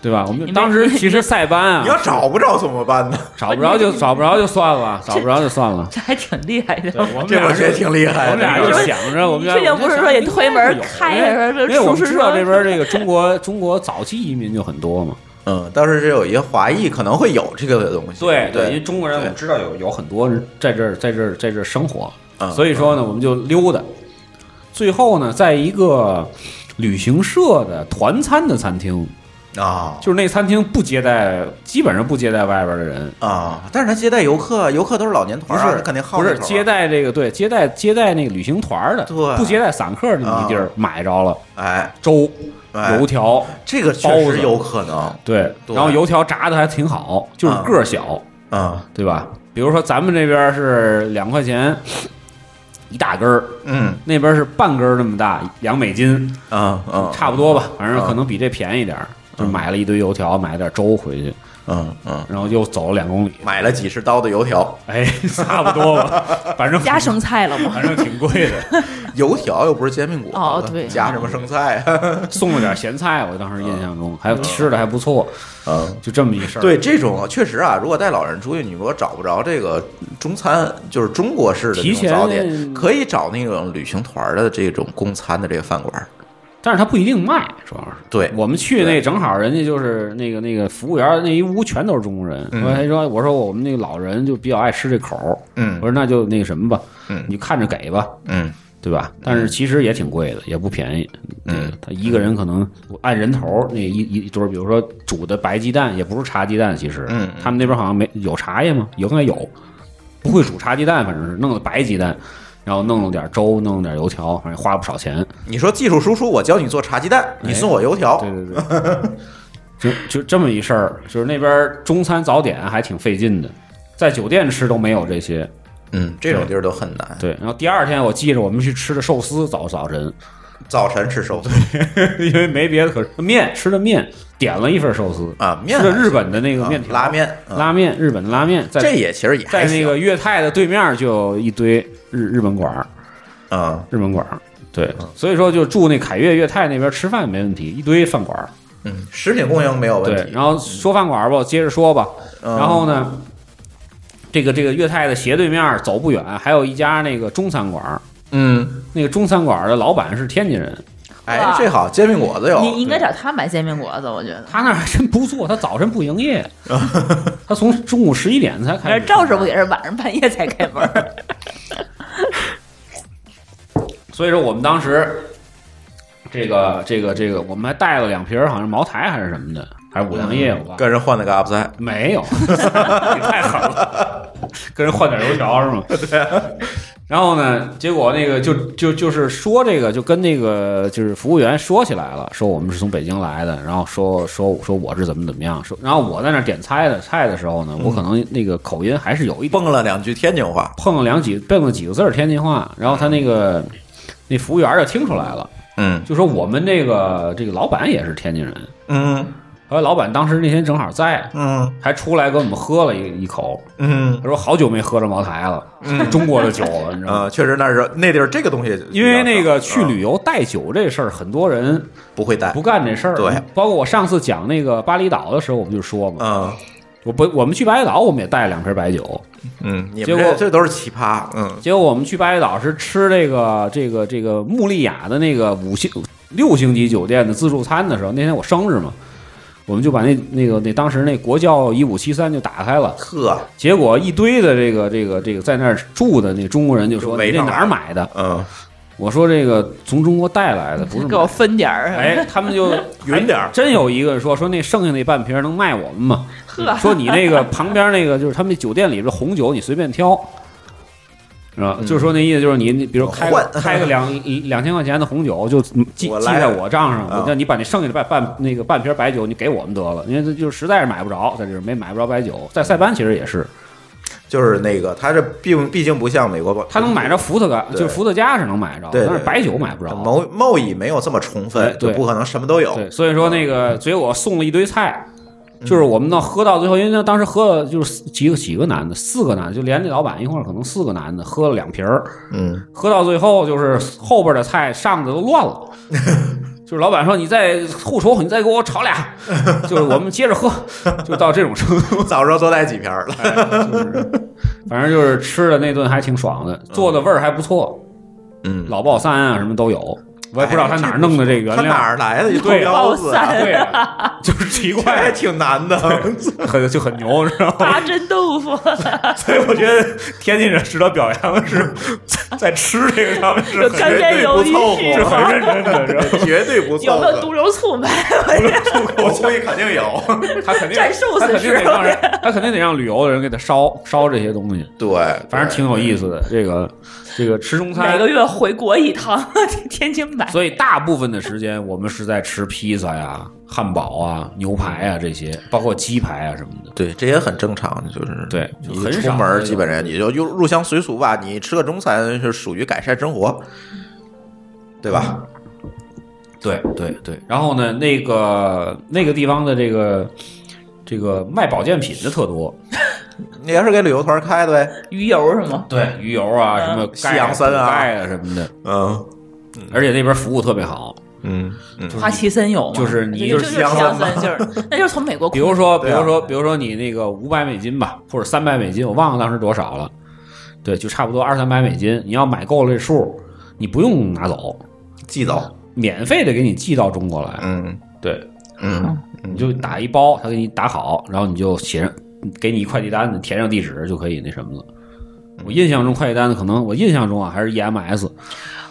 S4: 对吧？我们就
S6: 你们
S4: 当时其实塞班
S3: 你要
S4: 啊，
S3: 找不着怎么办呢？
S4: 找不着就找不着就算了，找不着就算了。
S6: 这还挺厉害
S4: 对，
S6: 的。
S4: 我们
S3: 这
S4: 俩
S3: 我觉得
S4: 是
S3: 挺厉
S4: 我
S3: 害
S4: 们俩就
S3: 的。
S4: 想着，我们俩
S6: 这就不是说也推门开着
S4: 因为
S6: 说
S4: 因为我们
S6: 厨师
S4: 知道
S6: 说
S4: 这边这个中国中国早期移民就很多嘛，
S3: 嗯，倒是是有一些华裔可能会有这个东西。
S4: 对，因为
S3: 对，
S4: 中国人我们知道有有很多人在这儿在这儿在这儿生活，
S3: 嗯
S4: 所以说呢，我们就溜达。最后呢，在一个旅行社的团餐的餐厅，
S3: 啊
S4: 就是那餐厅不接待，基本上不接待外边的人，
S3: 啊，但是他接待游客，游客都是老年
S4: 不
S3: 团啊，
S4: 是
S3: 他肯定好
S4: 不
S3: 这
S4: 是
S3: 口啊
S4: 接。待这个对接待接待那个旅行团的，
S3: 对
S4: 不接待散客那么一地儿
S3: 啊
S4: 买着了
S3: 哎，
S4: 粥、
S3: 哎
S4: 油条，
S3: 这个确实有可能。
S4: 对，
S3: 对
S4: 然后油条炸的还挺好，就是
S3: 嗯
S4: 个儿小，
S3: 嗯
S4: 对吧？比如说咱们这边是两块钱一大根儿，
S3: 嗯
S4: 那边是半根儿那么大，两美金，
S3: 嗯嗯，
S4: 差不多吧，反正可能比这便宜点儿。就买了一堆油条，买了点粥回去，
S3: 嗯嗯，
S4: 然后又走了两公里，
S3: 买了几十刀的油条，
S4: 哎， 差不多吧，反正
S6: 加生菜了 吗？
S4: 反正挺贵的，
S3: 油条又不是煎饼果
S6: 哦
S3: 子
S6: 对
S3: 加什么生菜 啊？
S4: 送了点咸菜，我当时印象中还有吃的还不错，
S3: 嗯。
S4: 就这么一事儿。
S3: 对这种确实啊，如果带老人出去，你如果找不着这个中餐，就是中国式的
S4: 提
S3: 这种
S4: 前
S3: 早点，可以找那种旅行团的这种供餐的这个饭馆儿。
S4: 但是他不一定卖，主要是
S3: 对
S4: 我们去那正好人家就是那个那个服务员那一屋全都是中国人，
S3: 嗯
S4: 我还说我说我们那个老人就比较爱吃这口儿，
S3: 嗯
S4: 我说那就那个什么吧，
S3: 嗯
S4: 你看着给吧，
S3: 嗯
S4: 对吧？但是其实也挺贵的，也不便宜。
S3: 嗯
S4: 对，他一个人可能按人头儿那一一一桌儿，比如说煮的白鸡蛋也不是茶鸡蛋，其实，
S3: 嗯
S4: 他们那边好像没有茶叶吗？有应该有，不会煮茶鸡蛋，反正是弄的白鸡蛋，然后弄了点粥，弄了点油条，反正花不少钱。
S3: 你说技术输出，我教你做茶鸡蛋，你送我油条。
S4: 哎对对对， 就就这么一事儿，就是那边中餐早点还挺费劲的，在酒店吃都没有这些。
S3: 嗯，这种地儿都很难。
S4: 对，然后第二天我记着我们去吃的寿司早早晨，
S3: 早晨吃寿司
S4: 因为没别的可吃，面吃的面，点了一份寿司，
S3: 啊，面
S4: 吃的
S3: 还
S4: 日
S3: 行
S4: 本的那个
S3: 啊
S4: 面条、
S3: 拉面，啊
S4: 拉面，日本的拉面，在
S3: 这也其实也
S4: 在
S3: 还
S4: 那
S3: 行
S4: 个粤泰的对面就有一堆日日本馆儿，
S3: 嗯
S4: 日本馆儿。对，所以说就住那凯悦粤泰那边吃饭没问题，一堆饭馆儿。
S3: 嗯，食品供应没有问
S4: 对，
S3: 题。
S4: 然后说饭馆儿吧，接着说吧。
S3: 嗯
S4: 然后呢，这个这个粤泰的斜对面走不远，还有一家那个中餐馆儿。
S3: 嗯，
S4: 那个中餐馆儿的老板是天津人，
S3: 哎
S6: 哇，
S3: 这好，煎饼果子有
S6: 你应该找他买煎饼果子，我觉得。
S4: 他那儿还真不做，他早晨不营 业，他从中午十一点才开
S6: 而
S4: 始。
S6: 赵师傅也是晚上半夜才开门儿，
S4: 所以说我们当时这个这个这个，我们还带了两瓶儿好像茅台还是什么的，还是五粮液，我忘了。
S3: 跟人换的个 up 菜，
S4: 没有，你太狠了，跟人换点油条是吗？对。然后呢，结果那个就就就是说这个，就跟那个就是服务员说起来了，说我们是从北京来的，然后说说说我是怎么怎么样，说然后我在那儿点菜的菜的时候呢，我可能那个口音还是有一点
S3: 蹦了两句天津话，
S4: 碰了两几蹦了几个字儿天津话，然后他那个那服务员就听出来了，
S3: 嗯
S4: 就说我们这个这个老板也是天津人，
S3: 嗯
S4: 后来老板当时那天正好在，
S3: 嗯
S4: 还出来给我们喝了一一口，
S3: 嗯
S4: 他说好久没喝着茅台了，中国的酒了，你知道吗？
S3: 啊，确实那是那地儿这个东西，
S4: 因为那个去旅游带酒这事儿，很多人
S3: 不会带
S4: 不，干这事儿。
S3: 对，
S4: 包括我上次讲那个巴厘岛的时候，我们就说嘛，
S3: 嗯
S4: 我不，我们去巴厘岛，我们也带了两瓶白酒。
S3: 嗯，你们
S4: 结果
S3: 这这都是奇葩，嗯
S4: 结果我们去巴厘岛是吃这个这个这个穆丽亚的那个五星六星级酒店的自助餐的时候，那天我生日嘛，我们就把那那个那当时那国窖一五七三就打开了，
S3: 呵，
S4: 结果一堆的这个这个这个在那儿住的那中国人就
S3: 就
S4: 说：“
S3: 围
S4: 你这
S3: 上
S4: 哪
S3: 来
S4: 儿买的
S3: 嗯，？”
S4: 我说：“这个从中国带来 的，不是
S6: 给我
S4: 买的。
S6: 分点儿。
S4: 哎，他 们就哎
S3: 匀点儿
S4: 真有一个说说那剩下那半瓶能卖我们吗？
S6: 呵
S4: 说你那个旁边那个就是他们那酒店里边的红酒，你随便挑，是吧？就是说那意思就是你，你比如开
S3: 嗯换
S4: 个开个 两两千块钱的红酒，就记记
S3: 我来
S4: 在我账上，
S3: 啊
S4: 我叫你把那剩下的半半那个半瓶白酒你给我们得了，因为这就是实在是买不着，在这儿没买不着白酒，在塞班其实也是，
S3: 就是那个，他这并毕竟不像美国，
S4: 他能买着伏特加，
S3: 对
S4: 就是伏特加是能买着，
S3: 对对
S4: 但是白酒买不着。
S3: 贸贸易没有这么充分，
S4: 哎
S3: 就
S4: 对
S3: 不可能什么都有，
S4: 对，所以说那个，
S3: 嗯
S4: 所以我送了一堆菜，就是我们到喝到最后，因为那当时喝了就是四几个几个男的，四个男的，就连那老板一块儿可能四个男的喝了两瓶儿，
S3: 嗯
S4: 喝到最后就是后边的菜上的都乱 了。就是老板说：“你再后厨，你再给我 炒俩。”就是我们接着喝，就到这种程度。
S3: 早知道多带几瓶儿
S4: 哎
S3: 了，
S4: 就是反正就是吃的那顿还挺爽的，做的味儿还不错，
S3: 嗯，哎
S4: 老爆三啊什么都有。我也不知道他哪儿弄的这原
S3: 他
S4: 料，
S3: 哪儿来的一
S4: 对
S3: 包子啊？
S4: 对啊，就是奇
S3: 这还
S4: 怪，
S3: 挺难 的，
S4: 很就很牛，知道吗？
S6: 八珍豆腐，
S4: 所以我觉得天津人值得表扬的是，在在吃这个上面是
S6: 有
S4: 很
S6: 干煸鱿鱼是吧？
S4: 很认真的， 知道吗
S3: 绝对不
S6: 有
S3: 凑
S6: 没有
S3: 合。
S6: 毒瘤 醋卖？
S3: 我估计肯定有，
S4: 他肯定
S6: 蘸寿
S4: 他
S6: 司
S4: 肯定得
S6: 吃
S4: 让人，他肯定得让旅游的人给他烧烧这些东西，
S3: 对，
S4: 反正挺有意思的。这个这个吃中
S6: 每
S4: 餐
S6: 个，月回国一趟， 天津买。
S4: 所以大部分的时间我们是在吃披萨呀、汉堡啊、牛排啊这些，包括鸡排啊什么的。
S3: 对，这也很正常，就是
S4: 对就
S3: 你
S4: 很
S3: 出
S4: 少
S3: 门儿
S4: 那
S3: 基本上你就入入乡随俗吧，你吃个中餐是属于改善生活，对吧？
S4: 对对对，然后呢，那个那个地方的这个这个卖保健品的特多，
S3: 你也是给旅游团开的呗，
S6: 鱼油是吗？
S4: 对，鱼油啊，
S6: 嗯
S4: 什么
S3: 西洋参啊
S4: 钙钙啊什么的，
S3: 嗯
S4: 而且那边服务特别好，
S3: 嗯嗯，
S6: 花旗参有吗？
S4: 就是你就
S6: 就
S4: 是是
S6: 西洋参， 就是那就是从美国
S4: 比如说，比
S3: 对啊
S4: 如说，比如说你那个五百美金吧，或者三百美金，我忘了当时多少了，对，就差不多二三百美金，你要买够了这数，你不用拿走，
S3: 寄走，
S4: 免费的给你寄到中国来，
S3: 嗯
S4: 对，
S3: 嗯，
S4: 你就打一包，他给你打好，然后你就写上，给你一快递单子，填上地址就可以那什么了。
S3: 嗯
S4: 我印象中快递单子可能我印象中啊还是 EMS，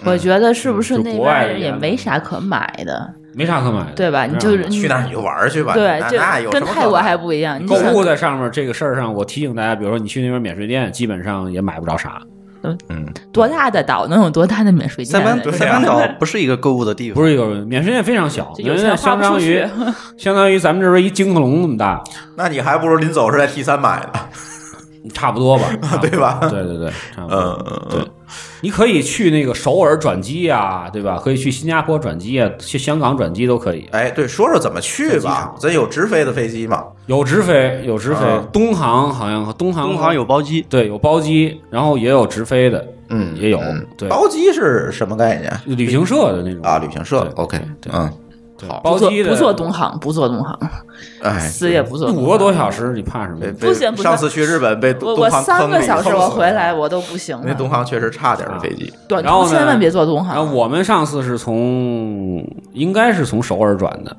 S6: 我觉得是不是
S4: 就
S6: 那
S4: 国外
S6: 边
S4: 的
S6: 人
S4: 也
S6: 也没啥可买的，
S4: 没啥可买的，
S6: 对吧？你
S4: 没啥
S6: 就
S4: 可
S6: 是
S4: 买
S6: 你
S3: 去那儿你就玩儿去吧，
S6: 对
S3: 那，那有
S6: 就
S3: 什
S6: 跟
S3: 么可
S6: 泰国
S3: 买
S6: 还不一样。你
S4: 购
S6: 想
S4: 物在上面这个事儿上，我提醒大家，比如说你去那边免税店，基本上也买不着啥，
S6: 多大的岛能有多大的免税店？
S5: 塞班
S3: 对啊
S5: 塞班岛不是一个购物的地方，
S4: 不是有免税店非常小，
S6: 就
S4: 免
S6: 有
S4: 税
S6: 钱
S4: 店
S6: 花
S4: 相
S6: 不出
S4: 当于
S6: 去。
S4: 相当于咱们这边一金克隆那么大，
S3: 那你还不如临走是在 T 三买的，
S4: 差不多吧，差不多
S3: 对吧
S4: 啊对对对，差不多。
S3: 嗯嗯
S4: 对，你可以去那个首尔转机啊，对吧？可以去新加坡转机啊，去香港转机都可以。
S3: 哎，对，说说怎么去
S4: 在机
S3: 吧
S4: 场，
S3: 咱有直飞的飞机吗？
S4: 有直飞，有直飞
S3: 嗯，
S4: 东航好像东航
S5: 东航有包机，
S4: 对有包机，然后也有直飞的，
S3: 嗯
S4: 也有对
S3: 包机是什么概念
S4: 旅行社的那种
S3: 啊？旅行社
S4: 对
S3: ，OK，
S4: 对
S3: 嗯，
S4: 对
S3: 好
S4: 包
S6: 不做
S4: 机的
S6: 不做东航，不做东航，
S3: 哎，
S6: 死也不做。
S4: 五个多小时，你怕什么
S3: 被？
S6: 不行不行
S3: 上次去日本被
S6: 我
S3: 东
S6: 我
S3: 东航
S6: 三
S3: 坑
S6: 个
S3: 里
S6: 小时
S3: 坑死
S6: 我
S3: 了
S6: 回来我都不行
S3: 那
S6: 了。
S3: 东航确实差
S4: 啊
S3: 点儿的飞机，
S6: 短
S4: 然后
S6: 途
S4: 呢
S6: 千万别坐东
S4: 然后
S6: 航。
S4: 我们上次是从应该是从首尔转的，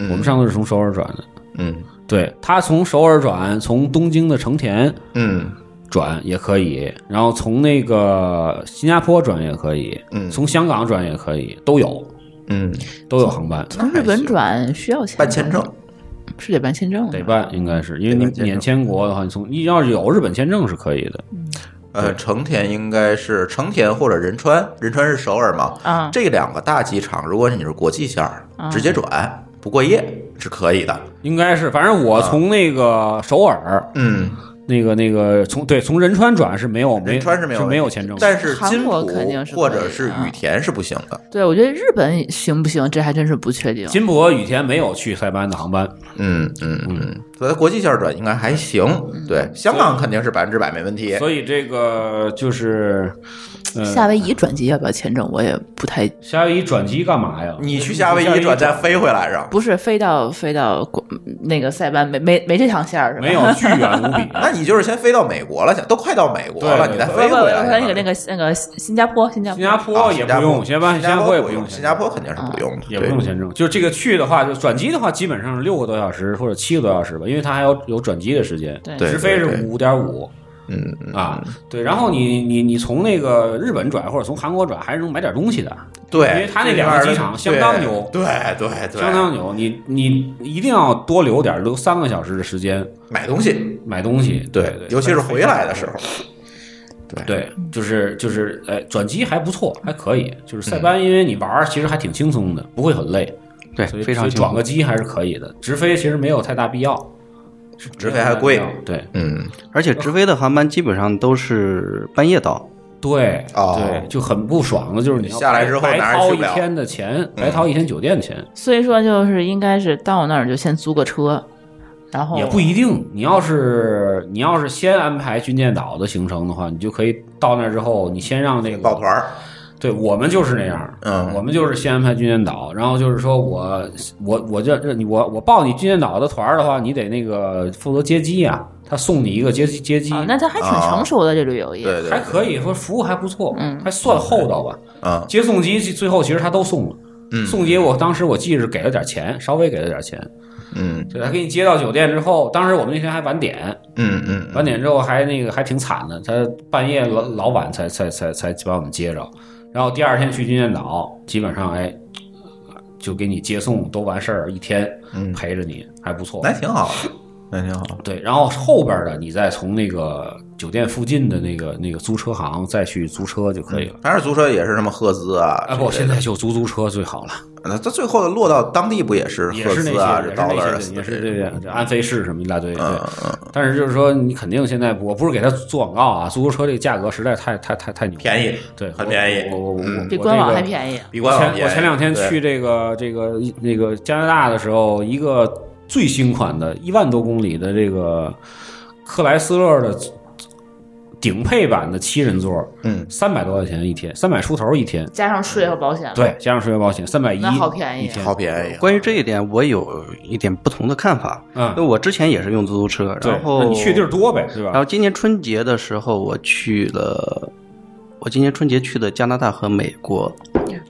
S4: 我
S3: 嗯
S4: 们上次是从首尔转的，
S3: 嗯
S4: 对他从首尔转，从东京的成田
S3: 嗯
S4: 转也可以，然后从那个新加坡转也可以，
S3: 嗯
S4: 从香港转也可以，都有
S3: 嗯，
S4: 都有航班，
S6: 从日本转需要钱吗，
S3: 办签证，
S6: 是得办签证吗
S4: 得办应该是因为
S3: 得
S4: 你
S3: 办签证
S4: 免签国的话，你从你要是有日本签证是可以的，
S3: 呃，成田应该是成田或者仁川，仁川是首尔嘛，
S6: 啊
S3: 这两个大机场，如果你是国际线儿，直接转不过夜是可以的。
S4: 应该是，反正我从那个首尔，
S3: 嗯，
S4: 那个那个从对从仁川转是没有没
S3: 仁川是没有
S4: 是
S3: 问
S4: 没
S3: 题
S4: 有签证的，
S3: 但是金
S6: 韩国
S3: 浦
S6: 肯定是可以的
S3: 或
S6: 啊
S3: 者是羽田是不行的。
S6: 对，我觉得日本行不行，这还真是不确定。
S4: 金浦和羽田没有去塞班的航班，
S3: 嗯嗯嗯，所以国际线儿转应该还行。
S6: 嗯
S3: 对，香港肯定是百分之百没问题。
S4: 所以这个就是，呃，
S6: 夏威夷转机要不要签证，我也不太
S4: 夏威夷转机干嘛呀？
S3: 你去夏威夷转再飞回来，然后
S6: 不是飞到飞到国那个塞班没没没这趟线儿是吧？
S4: 没有巨远无 比。
S3: 那你就是先飞到美国了，都快到美国
S4: 对
S3: 了，
S4: 对
S3: 你再
S4: 对
S6: 不
S3: 飞
S6: 不，
S3: 回来。
S6: 我那个那个那个新加坡新加
S4: 新
S6: 坡
S4: 加
S3: 啊
S4: 坡也
S3: 新
S4: 不
S3: 加坡
S4: 用，新加坡
S3: 新加
S4: 坡也
S3: 不
S4: 用，啊
S3: 新加坡肯定是不用的，
S4: 也不
S3: 对
S4: 用签证。就这个去的话，就转机的话，基本上是六个多小时或者七个多小时吧，因为它还有有转机的时间。
S6: 对
S3: 对
S4: 直飞
S3: 对
S4: 是
S3: 对
S4: 五点五
S3: 嗯嗯
S4: 啊，对。然后你你你从那个日本转或者从韩国转，还是能买点东西的，
S3: 对，
S4: 因为它那两个机场相当牛
S3: 对对对对，
S4: 相当牛。你你一定要多留点，留三个小时的时间
S3: 买东西，
S4: 买东西。对对，
S3: 嗯尤其是嗯回来的时候，
S4: 对，就是就是，哎，转机还不错，还可以。就是
S3: 嗯
S4: 塞班，因为你玩儿其实还挺轻松的，不会很累，
S5: 对
S4: 所以，
S5: 非
S4: 所
S5: 常
S4: 以
S5: 清
S4: 转
S5: 楚
S4: 个。机还是可以的。直飞其实没有太大必要，
S3: 直飞还贵
S4: 没有，太大必要。对
S3: 嗯，
S5: 而且直飞的航班基本上都是半夜到，
S4: 对
S3: 哦
S4: 对，就很不爽的，就是你要
S3: 下来之后
S4: 白
S3: 哪儿
S4: 白
S3: 也
S4: 掏
S3: 去
S4: 一
S3: 不了嗯
S4: 天的钱，白掏一天酒店钱
S6: 所以说就是应该是到那儿就先租个车，然后啊
S4: 也不一定。你要是你要是先安排军舰岛的行程的话，你就可以到那儿之后，你先让那个
S3: 抱团儿，
S4: 对我们就是那样，
S3: 嗯
S4: 我们就是先安排军舰岛，然后就是说我我我这这你我我报你军舰岛的团儿的话，你得那个负责接机啊，他送你一个接机接机，
S6: 啊，那他还挺成熟的这旅游业，
S3: 对对，
S4: 还
S3: 对
S4: 可，以，说服务还不错，
S6: 嗯
S4: 还算厚道吧。
S3: 嗯
S4: 接送机最后其实他都送了，
S3: 嗯
S4: 送机我当时我记着给了点钱，稍微给了点钱，
S3: 嗯
S4: 对，他给你接到酒店之后，当时我们那天还晚点，
S3: 嗯嗯
S4: 晚点之后还那个还挺惨的，他半夜老老晚才才才才把我们接着，然后第二天去金剑岛，基本上哎就给你接送都完事儿，一天
S3: 嗯，
S4: 陪着你还不错
S3: 那。挺好的， 那挺好的，
S4: 对，然后后边的你再从那个酒店附近的那个那个租车行再去租车就可以了。
S3: 反正租车也是什么赫兹啊，
S4: 哎不，
S3: 之类
S4: 现
S3: 的
S4: 在就租租车最好了，
S3: 那他最后落到当地不也是
S4: 也
S3: 赫
S4: 是那
S3: 兹
S4: 些，
S3: 啊，这
S4: 也是
S3: 到了
S4: 那
S3: 尔
S4: 些，
S3: 斯
S4: 也是
S3: 这
S4: 这这啊安飞市什么一大堆。对
S3: 嗯嗯，
S4: 但是就是说，你肯定现在我不是给他做广告啊，租租车这个价格实在太太太太牛了，
S3: 便宜
S4: 对，
S3: 很
S4: 我
S3: 便宜
S4: 我我我
S3: 嗯
S6: 比官网还
S4: 宜。
S6: 便宜。
S3: 比
S4: 我
S3: 官网
S4: 前
S3: 便宜
S4: 我前两天
S3: 对
S4: 去这个这个那个加拿大的时候，一个最新款的一万多公里的这个克莱斯勒的顶配版的七人座，
S3: 嗯
S4: 三百多块钱一天，三百出头一天，
S6: 加上税和保险，，
S4: 对，加上税后保险三百一，
S6: 嗯那好便宜
S4: 一天
S3: 好便宜，啊
S5: 关于这一点，我有一点不同的看法。
S4: 嗯
S5: 因为我之前也是用出租车，
S4: 对
S5: 然后
S4: 那你去地儿多呗，对
S5: 然后
S4: 吧？
S5: 今年春节的时候，我去了，我今年春节去的加拿大和美国。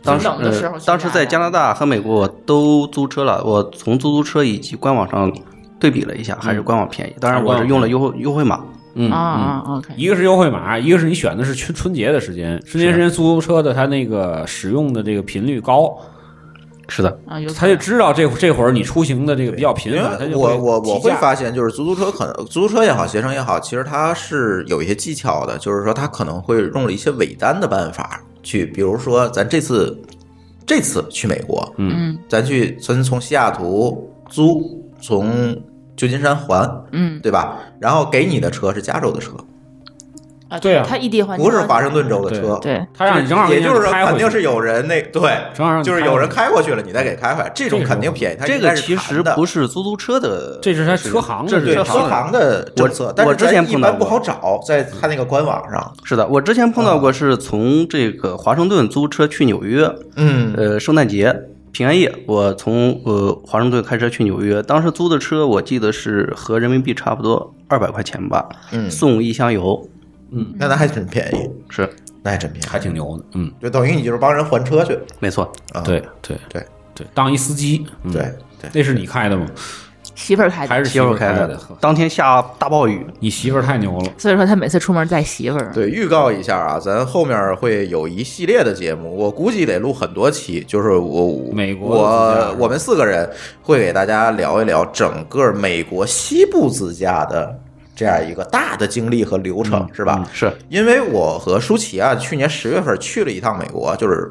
S5: 当时、
S6: 冷的时候
S5: 呃
S6: 去
S5: 当时在
S6: 哪
S5: 加拿大和美国我都租车了，我从出租车以及官网上对比了一下，还是官网便宜。当然，我是用了优惠优惠码。
S4: 嗯
S6: 啊啊，OK，
S4: 一个是优惠码，一个是你选的是春春节的时间，春节时间出租车的它那个使用的这个频率高，
S5: 是的，
S6: 啊，有可能
S4: 他就知道这这会儿你出行的这个比较频
S3: 因为
S4: 繁，他就
S3: 我我我
S4: 提
S3: 会
S4: 价
S3: 发现，就是出租车可能出租车也好，携程也好，其实它是有一些技巧的，就是说它可能会用了一些尾单的办法去，比如说咱这次这次去美国，
S6: 嗯
S3: 咱去咱从西雅图租，从旧金山还，
S6: 嗯
S3: 对吧？然后给你的车是加州的车，
S6: 啊，
S4: 对啊
S6: 他异地还
S3: 不是华盛顿州的车，
S6: 对，
S4: 他让你正好给
S3: 也
S4: 你
S3: 就是说
S4: 开回
S3: 肯
S4: 去
S3: 定是有人那对，
S4: 正好让你
S3: 就是
S4: 开
S3: 有
S4: 回
S3: 人
S4: 去
S3: 开过去了，你再给开回来，这种
S4: 这
S3: 肯定
S4: 种
S3: 便宜。它
S5: 这
S3: 应该
S5: 个
S3: 是
S5: 其实
S3: 谈的
S5: 不是出租车的，
S4: 这是他车行的
S5: 嗯这
S3: 对
S5: 是
S4: 这
S5: 车
S3: 车
S5: 行的。
S3: 行的政策，但是
S5: 我之前
S3: 咱一
S5: 碰到
S3: 般不
S5: 过
S3: 好找，在他那个官网上。
S5: 是的，我之前碰到过，是从这个华盛顿租车去纽约，
S3: 嗯
S5: 呃，圣诞节、平安夜，我从呃华盛顿开车去纽约，当时租的车我记得是合人民币差不多二百块钱吧，
S3: 嗯，
S5: 送一箱油，
S3: 那那还真便宜，
S5: 是
S3: 那还真便宜，
S4: 还挺牛的，嗯，
S3: 就等于你就是帮人还车去。
S5: 没错，
S3: 啊，
S4: 对对
S3: 对
S4: 对，当一司机，嗯
S3: 对，对，
S4: 那是你开的吗？
S6: 媳妇儿开的，
S4: 还是
S5: 媳妇儿
S4: 开
S5: 开的，当天下大暴雨，
S4: 你媳妇儿太牛了，
S6: 所以说他每次出门带媳妇儿，
S3: 对，预告一下啊，咱后面会有一系列的节目，我估计得录很多期。就是我我
S4: 美国自驾
S3: 我我们四个人会给大家聊一聊整个美国西部自驾的这样一个大的经历和流
S4: 嗯
S3: 程，是吧？
S5: 是
S3: 因为我和舒淇啊，去年十月份去了一趟美国，就是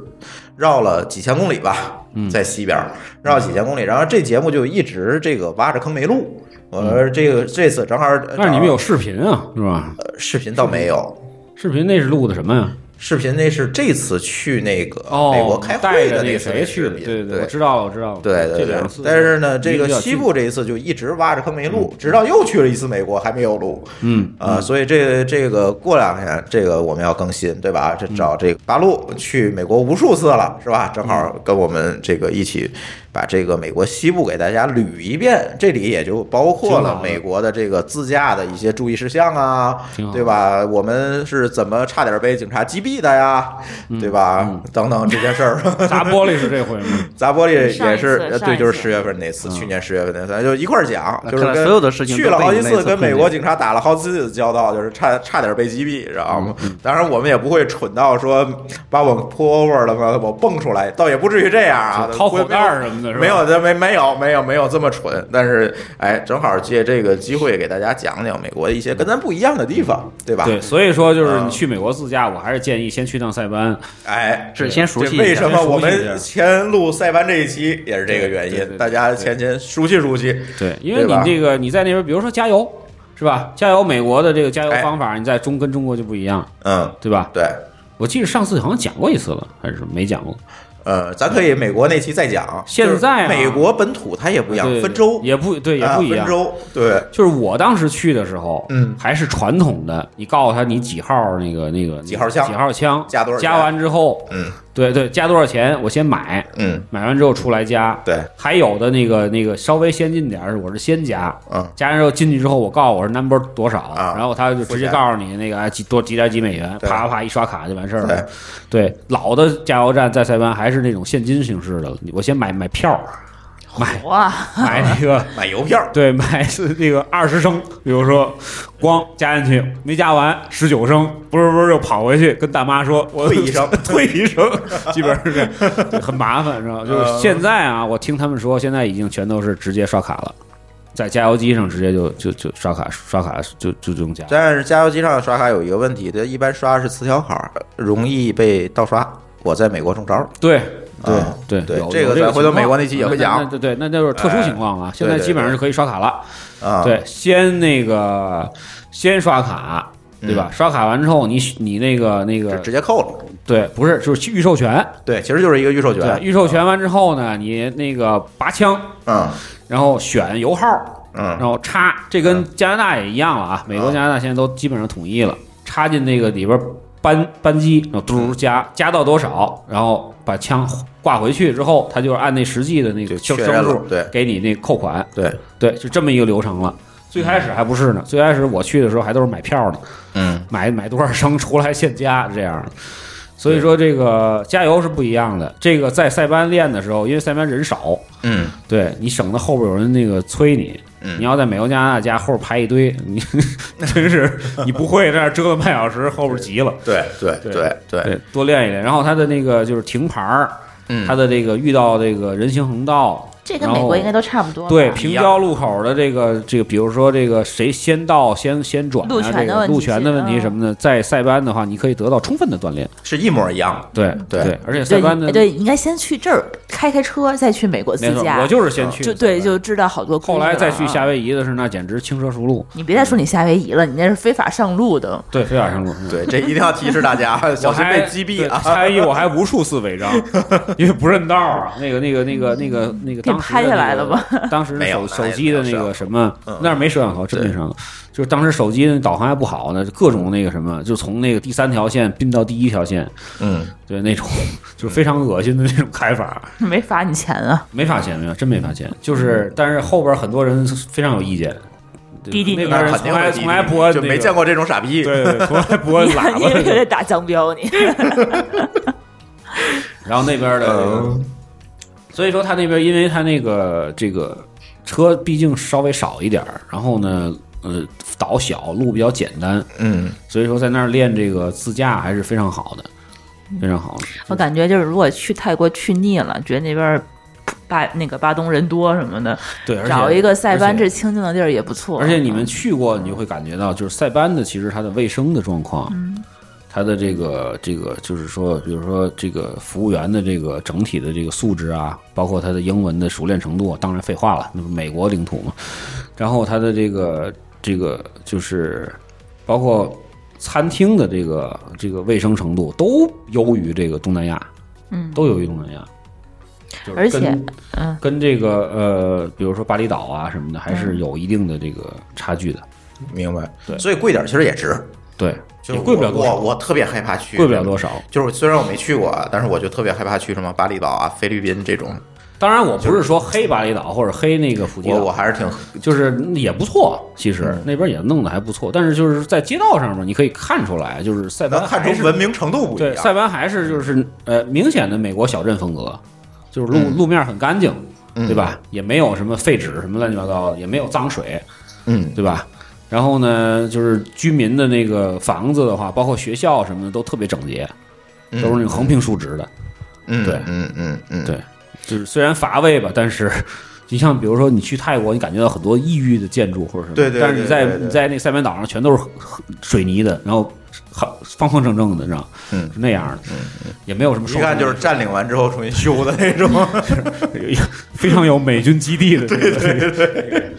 S3: 绕了几千公里吧，
S4: 嗯
S3: 在西边儿绕了几千公里，然后这节目就一直这个挖着坑没录。我说这个这次正好，
S4: 嗯但是你们有视频啊，是吧？
S3: 呃视频倒没有，
S4: 视频那是录的什么呀？
S3: 视频那是这次去那个
S4: 哦，
S3: 美国开
S4: 带
S3: 会
S4: 着
S3: 的
S4: 那
S3: 次
S4: 谁去
S3: 视
S4: 的？
S3: 频，
S4: 对
S3: 对
S4: 我知道了，我知道了。
S3: 对
S4: 这
S3: 对对
S4: 两次，
S3: 但是呢，这个
S4: 离得比较
S3: 西
S4: 近
S3: 部这一次就一直挖着坑没录，直到又去了一次美国还没有录。
S4: 嗯
S3: 啊、所以这个这个过两天这个我们要更新，对吧？这
S4: 嗯
S3: 找这个八路去美国无数次了，是吧？正好
S4: 嗯
S3: 跟我们这个一起把这个美国西部给大家捋一遍，这里也就包括
S4: 挺
S3: 了
S4: 好的
S3: 美国的这个自驾的一些注意事项啊
S4: 挺好，
S3: 对吧？我们是怎么差点被警察击毙的呀，
S4: 嗯
S3: 对吧？等等这些 事儿。
S4: 砸玻璃是这回 吗？
S3: 砸玻璃
S6: 上
S3: 也
S6: 一
S3: 是
S6: 次，
S3: 呃
S6: 上
S3: 对，
S6: 一
S3: 就是
S6: 次
S3: 十月份那次，去年十月份那次，咱就一块儿讲，
S5: 那
S3: 就是
S5: 看来
S3: 跟
S5: 所有的事情
S3: 去
S5: 都
S3: 了
S5: 被
S3: 好
S5: 你
S3: 几
S5: 那
S3: 次，
S5: 次
S3: 跟
S5: 碰
S3: 美
S5: 见
S3: 国警察打了好几次交道，就是差差点被击毙，知道吗？当然我们也不会蠢到说把我 pull over 了嘛，我蹦出来，倒也不至于这样啊，
S4: 掏
S3: 不会
S4: 口袋儿什么的是吧
S3: 没有，没没有没有没有这么蠢，但是哎，正好借这个机会给大家讲讲美国的一些跟咱不一样的地方，对吧？
S4: 对，所以说就是
S3: 嗯
S4: 你去美国自驾，我还是建议先去趟塞班。
S3: 哎，
S5: 是先熟悉一
S3: 这
S5: 下
S3: 为什么我
S4: 先熟悉一下
S3: 们前录塞班这一期也是这个原
S4: 对对对
S3: 因？大家先先熟悉熟悉。
S4: 对，因为你
S3: 对吧
S4: 这个你在那边，比如说加油，是吧？加油，美国的这个加油
S3: 哎
S4: 方法，你在中跟中国就不一样，
S3: 嗯，
S4: 对吧？
S3: 对，
S4: 我记得上次好像讲过一次了，还是没讲过？
S3: 呃，咱可以美国那期再讲。
S4: 现在啊
S3: 就是美国本土它也不一样
S4: 对，
S3: 分州
S4: 也不对，也
S3: 啊
S4: 不一样
S3: 分。州对。
S4: 就是我当时去的时候，
S3: 嗯
S4: 还是传统的，你告诉他你几号那个那个
S3: 几号枪
S4: 几号枪，
S3: 加多少钱
S4: 加完之后，
S3: 嗯，
S4: 对对，加多少钱我先买，
S3: 嗯，
S4: 买完之后出来加，
S3: 对，
S4: 还有的那个那个稍微先进点儿，我是先加，
S3: 嗯
S4: 加完之后进去之后，我告诉我是 number 多少，
S3: 啊
S4: 然后他就直接
S3: 付钱
S4: 告诉你那个哎几多几点几美元，
S3: 对
S4: 啪啪啪一刷卡就完事儿了。对，老的加油站在塞班还是那种现金形式的，我先买买票，买
S6: 哇，
S3: 哦
S4: 买那个。
S3: 买邮票，
S4: 对，买 是那个二十升，比如说，光加进去没加完十九升，不是不是又跑回去跟大妈说，我
S3: 退一升
S4: 退一升， 基本上是这样，对很麻烦，知道吗？就是
S3: 呃
S4: 现在啊，我听他们说，现在已经全都是直接刷卡了，在加油机上直接就就就刷卡刷卡就就就用加，
S3: 但是加油机上刷卡有一个问题，它一般刷是磁条卡，容易被盗刷。我在美国中招了，
S4: 对。对
S3: 啊
S4: 对
S3: 对
S4: 有
S3: 这
S4: 有
S3: 个
S4: 这
S3: 咱回头
S4: 情况
S3: 美国那期也会讲哎
S4: 那那对对，那就是特殊情况啊。现在
S3: 对对
S4: 基本上是可以刷卡了。
S3: 啊，
S4: 对，先那个先刷卡，对
S3: 嗯
S4: 吧？刷卡完之后，你你那个那
S3: 就
S4: 个
S3: 直接扣了。
S4: 对，不是就是预授权，
S3: 对，其实就是一个预授
S4: 对，
S3: 权。
S4: 预授权完之后呢，你那个拔枪，
S3: 嗯
S4: 然后选油号，然
S3: 嗯，
S4: 后插，这跟加拿大也一样了啊，美国、加拿大现在都基本上统一了，插进那个里边扳扳机，然后嘟
S3: 嗯
S4: 加加到多少，然后把枪挂回去之后，他就是按那实际的那个升
S3: 就确认了
S4: 数，
S3: 对
S4: 给你那扣款，
S3: 对，
S4: 对，就这么一个流程了。最开始还不是呢，最开始我去的时候还都是买票呢，
S3: 嗯，
S4: 买买多少升出来现加这样的。所以说这个加油是不一样的。这个在塞班练的时候，因为塞班人少，
S3: 嗯，
S4: 对你省得后边有人那个催你。你要在美国、加拿大家后边排一堆， 你真是你不会在那儿折腾半小时，后边急了。
S3: 对对
S4: 对
S3: 对对，
S4: 对，多练一练。然后他的那个就是停牌儿，
S3: 嗯
S4: 他的这个遇到这个人行横道，
S7: 这跟
S4: 然
S7: 美
S4: 后
S7: 国应该都差不多吧。
S4: 对平交路口的这个这个，比如说这个谁先到先先转啊，
S6: 路权的
S4: 这个
S6: 问题
S4: 路权的问题什么的，在塞班的话，你可以得到充分的锻炼。
S3: 是一模一样的。
S4: 对
S3: 对
S4: 而且塞
S6: 嗯对
S4: 班的
S6: 你对，应该先去这儿开开车，再去美国自
S4: 没错，
S6: 驾。嗯
S4: 我就是先去
S6: 就
S4: 的
S6: 对，
S4: 塞班
S6: 就知道好多规
S4: 后
S6: 矩了啊。
S4: 来再去夏威夷的是那简直轻车熟路，
S6: 你别再说你夏威夷了，你那是非法上路的。
S4: 对，非法上路。嗯
S3: 对，这一定要提示大家， 小
S4: 我
S3: 心
S4: 还
S3: 被击毙啊！
S4: 对夏威夷我还无数次违章，因为不认道啊。那个、那个、那个、那 个、那个，
S6: 给
S4: 当时的
S6: 拍下
S4: 那个
S6: 来了吧？
S4: 当时
S3: 没
S4: 手
S3: 有那
S4: 手
S3: 也
S4: 机的那
S3: 没有摄
S4: 个
S3: 像
S4: 什么，那儿没摄像头，真没
S3: 对
S4: 摄像头。就是当时手机的导航还不好呢，各种那个什么，就从那个第三条线并到第一条线，
S3: 嗯，
S4: 对那种，就是非常恶心的那种开法，
S6: 没罚你钱啊！
S4: 没法钱，没有，真没法钱。
S3: 嗯
S4: 就是，但是后边很多人非常有意见，对
S6: 滴滴
S4: 那
S6: 你
S4: 边人
S3: 肯定
S4: 从来
S3: 会击毙
S4: 从来不按
S3: 就
S4: 那
S3: 没
S4: 个
S3: 见过这种傻逼。
S4: 对对，对，从来不 按
S6: 你
S4: 喇
S6: 你
S4: 叭
S6: 有
S4: 的。
S6: 点打江 标，你
S4: 然后那边的这个、所以说他那边因为他那个这个车毕竟稍微少一点儿，然后呢，呃，岛小，路比较简单，
S3: 嗯，
S4: 所以说在那儿练这个自驾还是非常好的，非常好的。
S6: 嗯我感觉就是如果去泰国去腻了，觉得那边儿巴那个巴东人多什么的，
S4: 对，而且
S6: 找一个塞班
S4: 而且
S6: 这清静的地儿也不错。
S4: 而且你们去过，你就会感觉到，就是塞班的其实它的卫生的状况，
S6: 嗯
S4: 它的这个这个就是说，比如说这个服务员的这个整体的这个素质啊，包括他的英文的熟练程度，当然废话了，那不是美国领土嘛。然后它的这个这个就是包括餐厅的这个这个卫生程度都优于这个东南亚，
S6: 嗯，
S4: 都优于东南亚。就是
S6: 而且
S4: 跟
S6: 嗯
S4: 跟这个呃，比如说巴厘岛啊什么的，还是
S6: 嗯
S4: 有一定的这个差距的。
S3: 明白。
S4: 对
S3: 所以贵点儿其实也值，
S4: 对，
S3: 就
S4: 也
S3: 是
S4: 贵不了多
S3: 我我
S4: 少，
S3: 我特别害怕去，
S4: 贵不了多少。
S3: 就是虽然我没去过，啊但是我就特别害怕去什么巴厘岛啊、菲律宾这种，
S4: 当然，我不是说黑巴厘岛或者黑那个普吉
S3: 我我嗯
S4: 岛，
S3: 还是挺
S4: 就是也不错，其实那边也弄得还不错。但是就是在街道上面，你可以看出来，就是塞班
S3: 能看
S4: 还
S3: 出
S4: 是
S3: 文明程度不一
S4: 对
S3: 样。
S4: 塞班还是就是呃明显的美国小镇风格，就是路、
S3: 嗯
S4: 路面很干净，
S3: 嗯
S4: 对吧？也没有什么废纸什么乱七八糟的，也没有脏水，
S3: 嗯，
S4: 对吧？然后呢，就是居民的那个房子的话，包括学校什么的，都特别整洁，都
S3: 嗯
S4: 是那种横平竖直的。
S3: 嗯
S4: 对
S3: 嗯嗯嗯，
S4: 对就是虽然乏味吧，但是你像比如说你去泰国，你感觉到很多异域的建筑或者什么，
S3: 对对
S4: 但是你在
S3: 对对对
S4: 你在那塞班岛上全都是水泥的，然后很方方正正的，你知道，
S3: 嗯
S4: 是那样的，也没有什么受
S3: 一
S4: 伤的，
S3: 看就是占领完之后重新修的 那种，
S4: 非常有美军基地的，对对对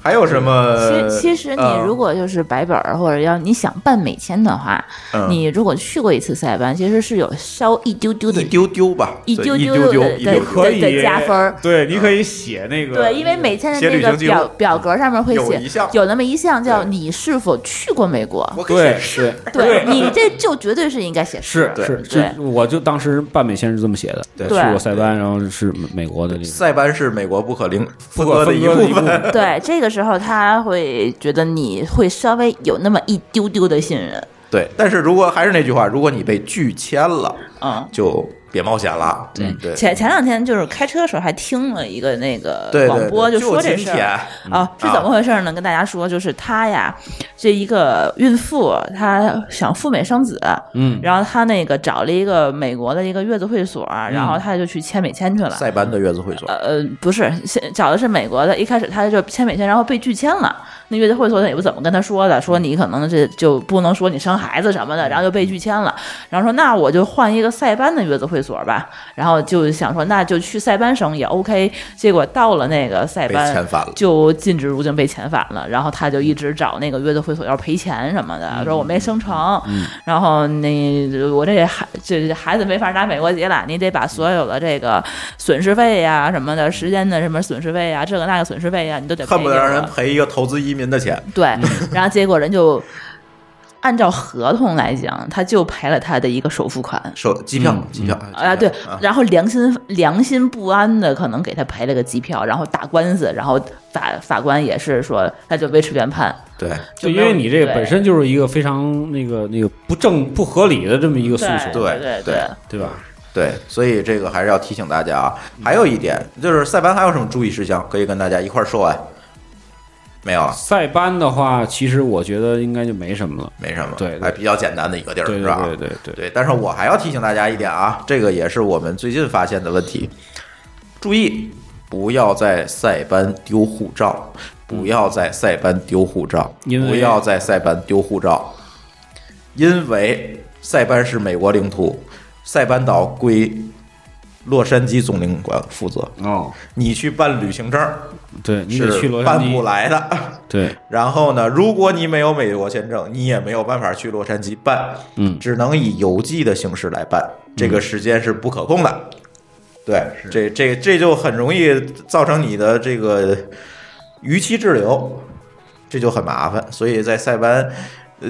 S3: 还有什么？
S6: 其其实你
S3: 呃
S6: 如果就是白本儿，或者要你想办美签的话，
S3: 嗯
S6: 你如果去过一次塞班，其实是有稍一丢丢的
S3: 一丢丢吧，
S6: 一
S3: 对
S6: 丢
S3: 一
S6: 丢
S3: 丢丢
S6: 的的
S3: 一丢丢
S4: 可以
S6: 的加分儿
S4: 对，你可以写那个
S6: 对，因为美签的
S3: 写
S6: 那
S3: 旅
S6: 个
S3: 行记录
S6: 表表格上面会
S3: 有
S6: 写
S3: 一项
S6: 有那么一项叫
S3: 对
S6: 你是否去过美国，
S3: 我给
S4: 对
S3: 写是
S4: 对
S6: 对你这就绝对是应该写
S4: 是
S3: 对
S4: 是，
S6: 对
S4: 这我就当时办美签是这么写的，
S3: 对
S4: 去过
S6: 对
S4: 塞班，然后是美国的这个
S3: 塞班是美国不可零分割的
S4: 分
S3: 一
S4: 割的一部
S3: 部
S4: 分
S3: 分。
S6: 对，这个时候他会觉得你会稍微有那么一丢丢的信任，
S3: 对，但是如果还是那句话，如果你被拒签了，
S6: 嗯。
S3: 就别冒险了。对对
S6: 前前两天就是开车的时候还听了一个那个
S3: 对
S6: 广
S3: 对，
S6: 播，
S3: 对
S6: 说这
S3: 今
S6: 事
S3: 天
S6: 儿啊，是怎么回事呢？跟大家说，就是她呀，这一个孕妇，她想赴美生子，
S4: 嗯，
S6: 然后她那个找了一个美国的一个月子会所，然
S3: 嗯
S6: 后她就去签美签去了。
S3: 塞班的月子会所
S6: 呃，呃，不是，先找的是美国的，一开始她就签美签，然后被拒签了。那月子会所也不怎么跟她说的，说你可能这就不能说你生孩子什么的，然后就被拒签了。然后说那我就换一个塞班的月子会所吧，然后就想说那就去塞班生也 OK。结果到了那个塞
S3: 被
S6: 班，
S3: 遣返了。
S6: 就禁止入境被遣返了，然后他就一直找那个约的会所要赔钱什么的，说我没生成，
S3: 嗯
S6: 然后那我这孩这这孩子没法拿美国籍了，你得把所有的这个损失费呀、什么的，时间的什么损失费呀、这个那个损失费呀、你都得赔
S3: 恨不得
S6: 给
S3: 让
S6: 我
S3: 人嗯赔一个投资移民的钱，
S6: 对，然后结果人就按照合同来讲，他就赔了他的一个首付款。
S3: 手机票，机票
S6: 啊，
S3: 机
S6: 对
S3: 票啊，
S6: 然后良心良心不安的，可能给他赔了个机票，然后打官司，然后法法官也是说，那就维持原判。
S3: 对，
S4: 就
S6: 就
S4: 因
S6: 没有
S4: 为你这个
S6: 对
S4: 本身就是一个非常那个那个不正不合理的这么一个诉求，
S3: 对
S6: 对
S3: 对
S4: 对吧？
S3: 对，所以这个还是要提醒大家啊。还有一点就是塞班还有什么注意事项可以跟大家一块儿说完？没有了，
S4: 塞班的话，其实我觉得应该就没什么了。
S3: 没什么，
S4: 对对
S3: 还比较简单的一个地儿，
S4: 对
S3: 是吧？
S4: 对对对对，
S3: 对，但是我还要提醒大家一点啊，这个也是我们最近发现的问题，注意不要在塞班丢护照，不要在塞班丢护照，
S4: 嗯因为
S3: 不要在塞班丢护照，因为塞班是美国领土，塞班岛归洛杉矶总领馆负责，
S4: 哦，
S3: 你去办旅行证儿
S4: 对你得
S3: 是
S4: 去洛杉
S3: 办不
S4: 矶，
S3: 来的。
S4: 对，
S3: 然后呢，如果你没有美国签证，你也没有办法去洛杉矶办，
S4: 嗯
S3: 只能以邮寄的形式来办，这个时间是不可控的。对，这这这就很容易造成你的这个逾期滞留，这就很麻烦。所以在塞班。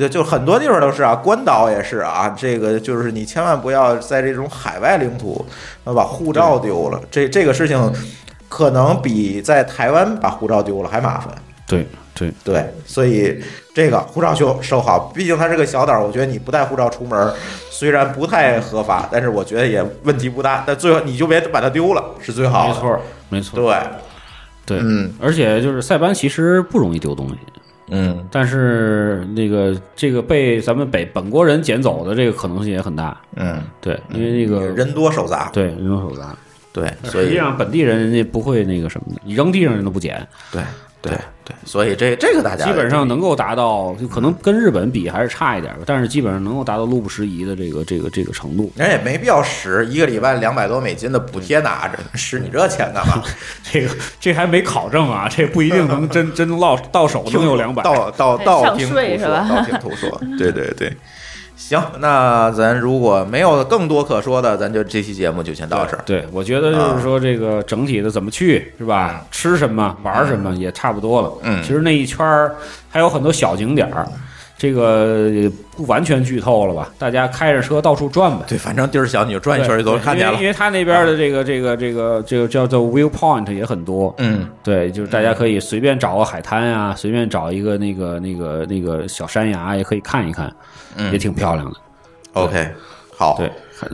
S3: 就就很多地方都是啊，关岛也是啊，这个就是你千万不要在这种海外领土，呃把护照丢了，这这个事情可能比在台湾把护照丢了还麻烦。
S4: 对对，
S3: 对，所以这个护照就收好，毕竟它是个小岛，我觉得你不带护照出门，虽然不太合法，但是我觉得也问题不大。但最后你就别把它丢了，是最好
S4: 没
S3: 的。
S4: 错儿没错儿，对，
S3: 对，嗯
S4: 而且就是塞班其实不容易丢东西，
S3: 嗯
S4: 但是那个这个被咱们北本国人捡走的这个可能性也很大，
S3: 嗯，
S4: 对，因为那个
S3: 人多手杂。
S4: 对人手手杂，
S3: 对，所
S4: 实际
S3: 以
S4: 上本地人人家不会那个什么的，你扔地上人都不捡，
S3: 对对对，所以这这个大家
S4: 基本上能够达到，就可能跟日本比还是差一点吧，但是基本上能够达到路不拾遗的这个这个这个程度。
S3: 人也没必要使一个礼拜两百多美金的补贴拿着，使你这钱干嘛？
S4: 这个这还没考证啊，这不一定能 真真能落到手能有两百。
S3: 道道道听途
S6: 上税是
S3: 说，
S6: 吧
S3: 道听途 说，对对对。行，那咱如果没有更多可说的，咱就这期节目就先到这儿。
S4: 对，我觉得就是说这个整体的怎么去是吧？吃什么玩什么也差不多了。
S3: 嗯
S4: 其实那一圈儿还有很多小景点儿，这个也不完全剧透了吧？大家开着车到处转呗。
S3: 对，反正地儿小，你就转一圈
S4: 对
S3: 就都
S4: 对
S3: 看
S4: 因
S3: 见
S4: 为
S3: 了
S4: 因。为他那边的这个这个这个这个叫做 viewpoint 也很多，
S3: 嗯，
S4: 对，就是大家可以随便找个海滩啊，随便找一个那个那个那个小山崖，也可以看一看，
S3: 嗯哦
S4: 也挺漂亮的。
S3: OK，好，
S4: 对，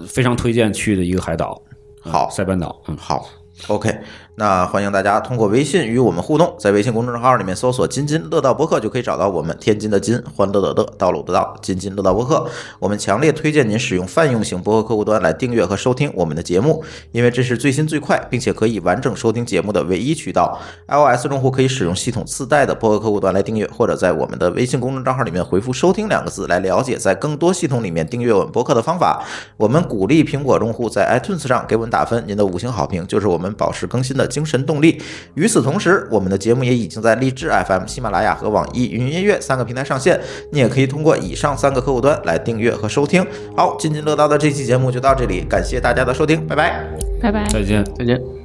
S4: 非常推荐去的一个海岛，嗯
S3: 好
S4: 塞班岛。嗯，
S3: 哦好，OK，那欢迎大家通过微信与我们互动，在微信公众号里面搜索“津津乐道播客”就可以找到我们。天津的津，欢乐的乐，道路的道，津津乐道播客。我们强烈推荐您使用泛用型播客客户端来订阅和收听我们的节目，因为这是最新最快，并且可以完整收听节目的唯一渠道。iOS 用户可以使用系统自带的播客客户端来订阅，或者在我们的微信公众账号里面回复“收听”两个字来了解在更多系统里面订阅我们播客的方法。我们鼓励苹果用户在 iTunes 上给我们打分，您的五星好评就是我们保持更新的精神动力。与此同时，我们的节目也已经在荔枝 FM、喜马拉雅和网易云音乐三个平台上线，你也可以通过以上三个客户端来订阅和收听。好，津津乐道的这期节目就到这里，感谢大家的收听，拜拜。
S8: 拜拜。
S4: 再见。
S5: 再见。